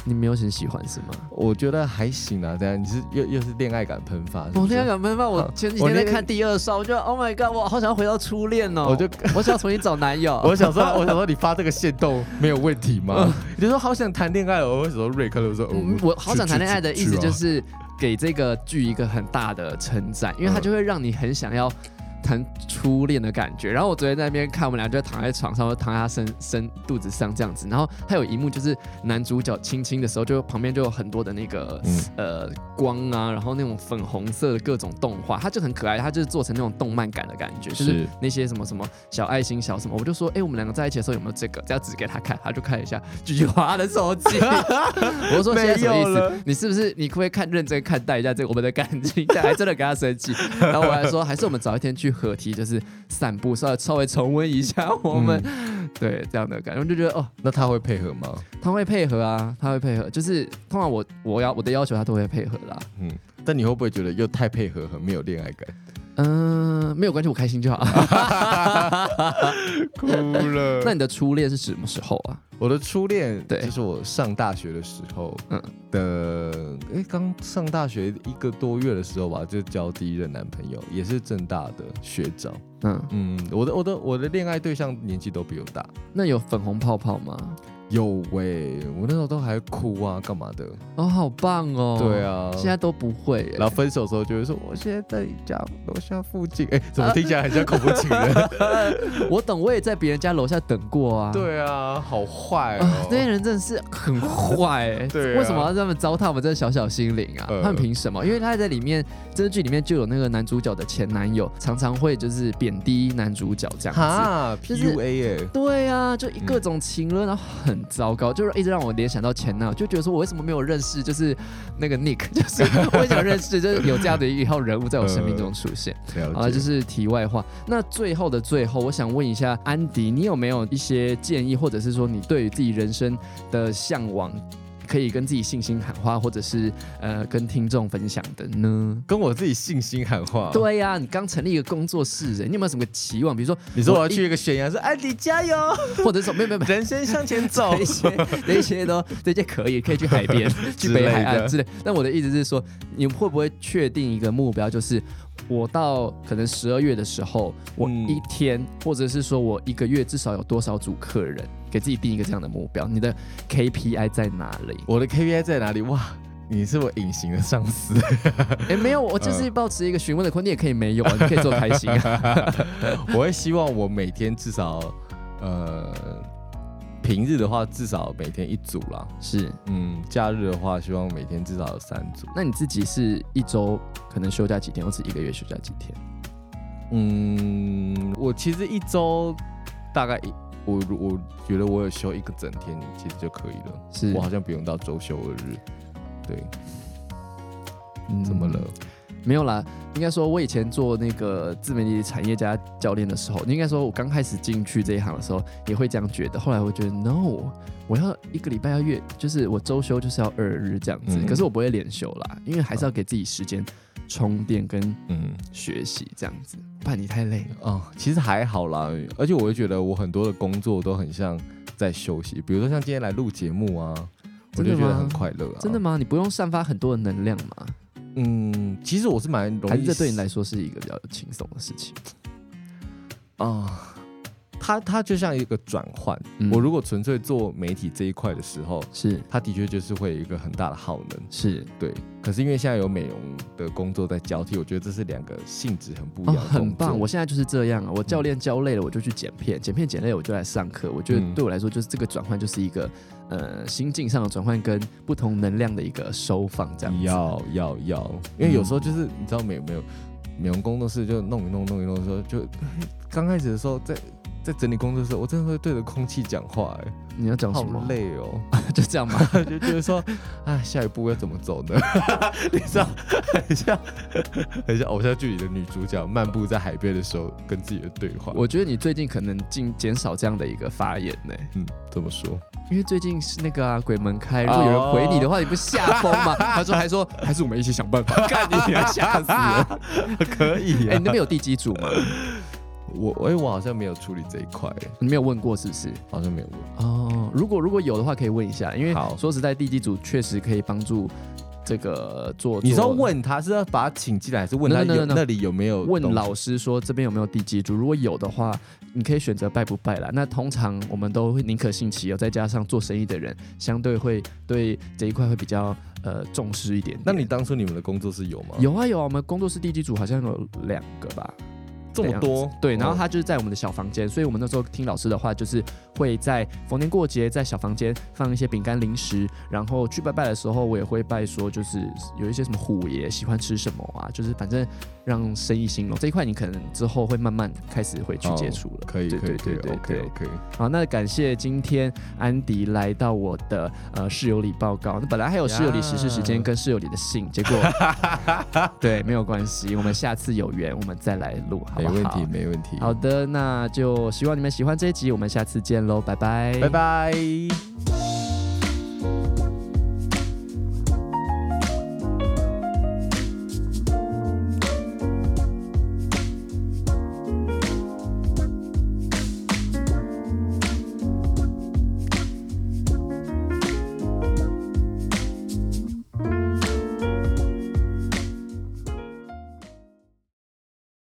S1: 你没有很喜欢是吗？
S2: 我觉得还行啊。这样你是又又是恋爱感喷发，是不
S1: 我
S2: 是
S1: 哦恋爱感喷发，我
S2: 好
S1: 前几
S2: 我
S1: 天在
S2: 那天
S1: 看第二刷，我就 Oh my God，我好想要回到初恋哦！
S2: 我就
S1: 我想要重新找男友。
S2: 我 想说，我想说，你发这个线动没有问题吗？你就说好想谈恋爱哦，我会说瑞克就说，哦
S1: 嗯我好想谈恋爱的意思就，
S2: 去去去去
S1: 是
S2: 啊
S1: 给这个剧一个很大的称赞，因为
S2: 嗯
S1: 它就会让你很想要谈初恋的感觉。然后我昨天在那边看，我们俩就躺在床上，躺在他身身肚子上这样子。然后还有一幕就是男主角亲亲的时候，就旁边就有很多的那个、
S2: 嗯
S1: 呃光啊，然后那种粉红色的各种动画，它就很可爱，它就是做成那种动漫感的感觉，就是
S2: 是
S1: 那些什么什么小爱心小什么。我就说，哎、我们两个在一起的时候有没有这个？这样指给他看，他就看一下，继续划他的手 机。我就说现在什么意
S2: 没有了
S1: 思？你是不是你可不可以看认真看待一下这个我们的感情？但还真的跟他生 气，然后我还说，还是我们早一天去合体，就是散步，稍微稍微重温一下我们、
S2: 嗯
S1: 对这样的感觉，我就觉得哦，
S2: 那他会配合吗？
S1: 他会配合啊，他会配合，就是通常我我要我的要求他都会配合啦。
S2: 嗯，但你会不会觉得又太配合，很没有恋爱感？
S1: 嗯、没有关系，我开心就好。
S2: 哭 了
S1: 那你的初恋是什么时候啊？
S2: 我的初恋，
S1: 对
S2: 就是我上大学的时候，
S1: 嗯
S2: 嗯的，哎，刚上大学一个多月的时候吧，就交第一任男朋友，也是正大的学长。
S1: 嗯，
S2: 嗯，我的我的我的恋爱对象年纪都比我大。
S1: 那有粉红泡泡吗？
S2: 有喂、我那时候都还哭啊，干嘛的？
S1: 哦，好棒哦。
S2: 对，啊，
S1: 现在都不会耶。
S2: 然后分手的时候就会说，我现在在你家楼下附近，哎，
S1: 啊
S2: 怎么听起来很像恐怖情人？
S1: 我等我也在别人家楼下等过啊。
S2: 对啊，好坏
S1: 啊
S2: 哦，，
S1: 这些人真的是很坏、欸，
S2: 对啊
S1: 为什么要这么糟蹋我们这小小心灵啊？
S2: 呃
S1: 他们凭什么？因为他在里面，这个剧里面就有那个男主角的前男友，常常会就是贬低男主角这样子。
S2: 哈
S1: 啊就是
S2: ，PUA 哎，
S1: 对啊，就一各种情论，然后很糟糕，就是一直让我联想到前男友，就觉得说我为什么没有认识，就是那个 Nick，就是 我也想认识，就是有这样的一号人物在我生命
S2: 呃
S1: 中出现。好
S2: 了
S1: 了，
S2: 解
S1: 啊就。是题外话。那最后的最后，我想问一下安迪，你有没有一些建议，或者是说你对于自己人生的向往？可以跟自己信心喊话，或者是呃跟听众分享的呢？
S2: 跟我自己信心喊话。，
S1: 对呀、你刚成立一个工作室，哎，你有没有什么期望？比如说，
S2: 你说我要
S1: 一
S2: 去，一个悬崖，说安迪加油，
S1: 或者是没有没有没有，
S2: 人生向前 走
S1: 这。些这些都这些可以，可以去海 边、去北海岸之类。但我的意思是说，你会不会确定一个目标，就是我到可能十二月的时候，我
S2: 嗯
S1: 一天、或者是说我一个月至少有多少组客人，给自己定一个这样的目标？你的 KPI 在哪里？
S2: 我的 KPI 在哪里？哇，你是我隐形的上司。哦
S1: 哎、没有，我
S2: 嗯
S1: 就是保持一个询问的空间，你也可以没有啊，你可以做开心 啊。
S2: 我会希望我每天至少，呃，平日的话至少每天一组啦。
S1: 是，
S2: 嗯，假日的话，希望每天至少有三组。
S1: 那你自己是一周可能休假几天，或是一个月休假几天？
S2: 嗯，我其实一周大概一，我我觉得我有休一个整天，其实就可以了。
S1: 是
S2: 我好像不用到周休二日。对，
S1: 嗯
S2: 怎么了？
S1: 没有啦，应该说，我以前做那个自媒体产业家教练的时候，应该说，我刚开始进去这一行的时候，也会这样觉得。后来我觉得，no，我要一个礼拜要月，就是我周休就是要二日这样子。
S2: 嗯
S1: 可是我不会连休啦，因为还是要给自己时间充电跟
S2: 嗯，
S1: 学习这样子，不然你太累了。
S2: 哦，其实还好啦，而且我会觉得我很多的工作都很像在休息，比如说像今天来录节目啊，我
S1: 真
S2: 就
S1: 的
S2: 觉得
S1: 吗
S2: 很快乐啊。
S1: 真的？吗？你不用散发很多的能量吗？
S2: 嗯，其实我是蛮容
S1: 还
S2: 易
S1: 是这对你来说是一个比较轻松的事情？
S2: 啊，它它就像一个转换。
S1: 嗯
S2: 我如果纯粹做媒体这一块的时候，
S1: 是
S2: 它的确就是会有一个很大的耗能。
S1: 是
S2: 对，可是因为现在有美容的工作在交替，我觉得这是两个性质很不一
S1: 哦，
S2: 样的工作、嗯
S1: 很棒！我现在就是这样啊，我教练教累了，我就去剪片，剪片剪累了，我就来上课。我觉得
S2: 嗯
S1: 对我来说，就是这个转换，就是一个呃心境上的转换，跟不同能量的一个收放，这样子。
S2: 要要要，因为有时候就是你知道美没有美容工作室就弄一弄弄一弄的时候，就 刚开始的时候在在整理工作室，我真的会对着空气讲话、哎，
S1: 你要讲
S2: 好
S1: 什么？
S2: 累哦，
S1: 就这样吗？
S2: 就觉得说啊，下一步要怎么走呢？ 你知道， 很像很像偶哦像剧里的女主角漫步在海边的时候跟自己的对话。
S1: 我觉得你最近可能尽减少这样的一个发言呢、
S2: 嗯，怎么说？
S1: 因为最近是那个啊鬼门开，如
S2: 哦
S1: 果有人回你的话，你不吓疯 吗？他说还说还是我们一起想办法，干你
S2: 啊
S1: 娘吓死了！
S2: 可 以啊
S1: 哎、你那边有地基组吗？
S2: 我哎、我好像没有处理这一块、哎
S1: 你没有问过是不是？
S2: 好像没有问。
S1: 哦，如果如果有的话，可以问一下，因为
S2: 好
S1: 说实在，地基组确实可以帮助这个做。
S2: 你说
S1: 做
S2: 问他是要把他请进来，还是问他
S1: No, no, no,
S2: 有
S1: no, no.
S2: 那里有没有
S1: 问
S2: 东西
S1: 老师说这边有没有地基组？如果有的话，你可以选择拜不拜啦。那通常我们都会宁可信其有，再加上做生意的人相对会对这一块会比较呃重视一点点
S2: 那你当初你们的工作室有吗？
S1: 有啊有啊，我们工作室地基组好像有两个吧。
S2: 这么多？
S1: 对，然后
S2: 哦
S1: 他就是在我们的小房间，所以我们那时候听老师的话，就是会在逢年过节在小房间放一些饼干零食，然后去拜拜的时候，我也会拜说，就是有一些什么虎爷喜欢吃什么啊，就是反正让生意兴隆这一块，你可能之后会慢慢开始会去接触了。
S2: 哦可以
S1: 对
S2: 可以
S1: 对
S2: 可
S1: 对
S2: 以
S1: 对
S2: ，OK
S1: 对。
S2: OK。
S1: 好，那感谢今天安迪来到我的呃室友里报告。那本来还有室友里实事时间
S2: 呀
S1: 跟室友里的信，结果 对没有关系，我们下次有缘我们再来录，好不
S2: 没
S1: 好？
S2: 问题，没问题。
S1: 好，的，那就希望你们喜欢这一集，我们下次见喽，拜拜，
S2: 拜。拜。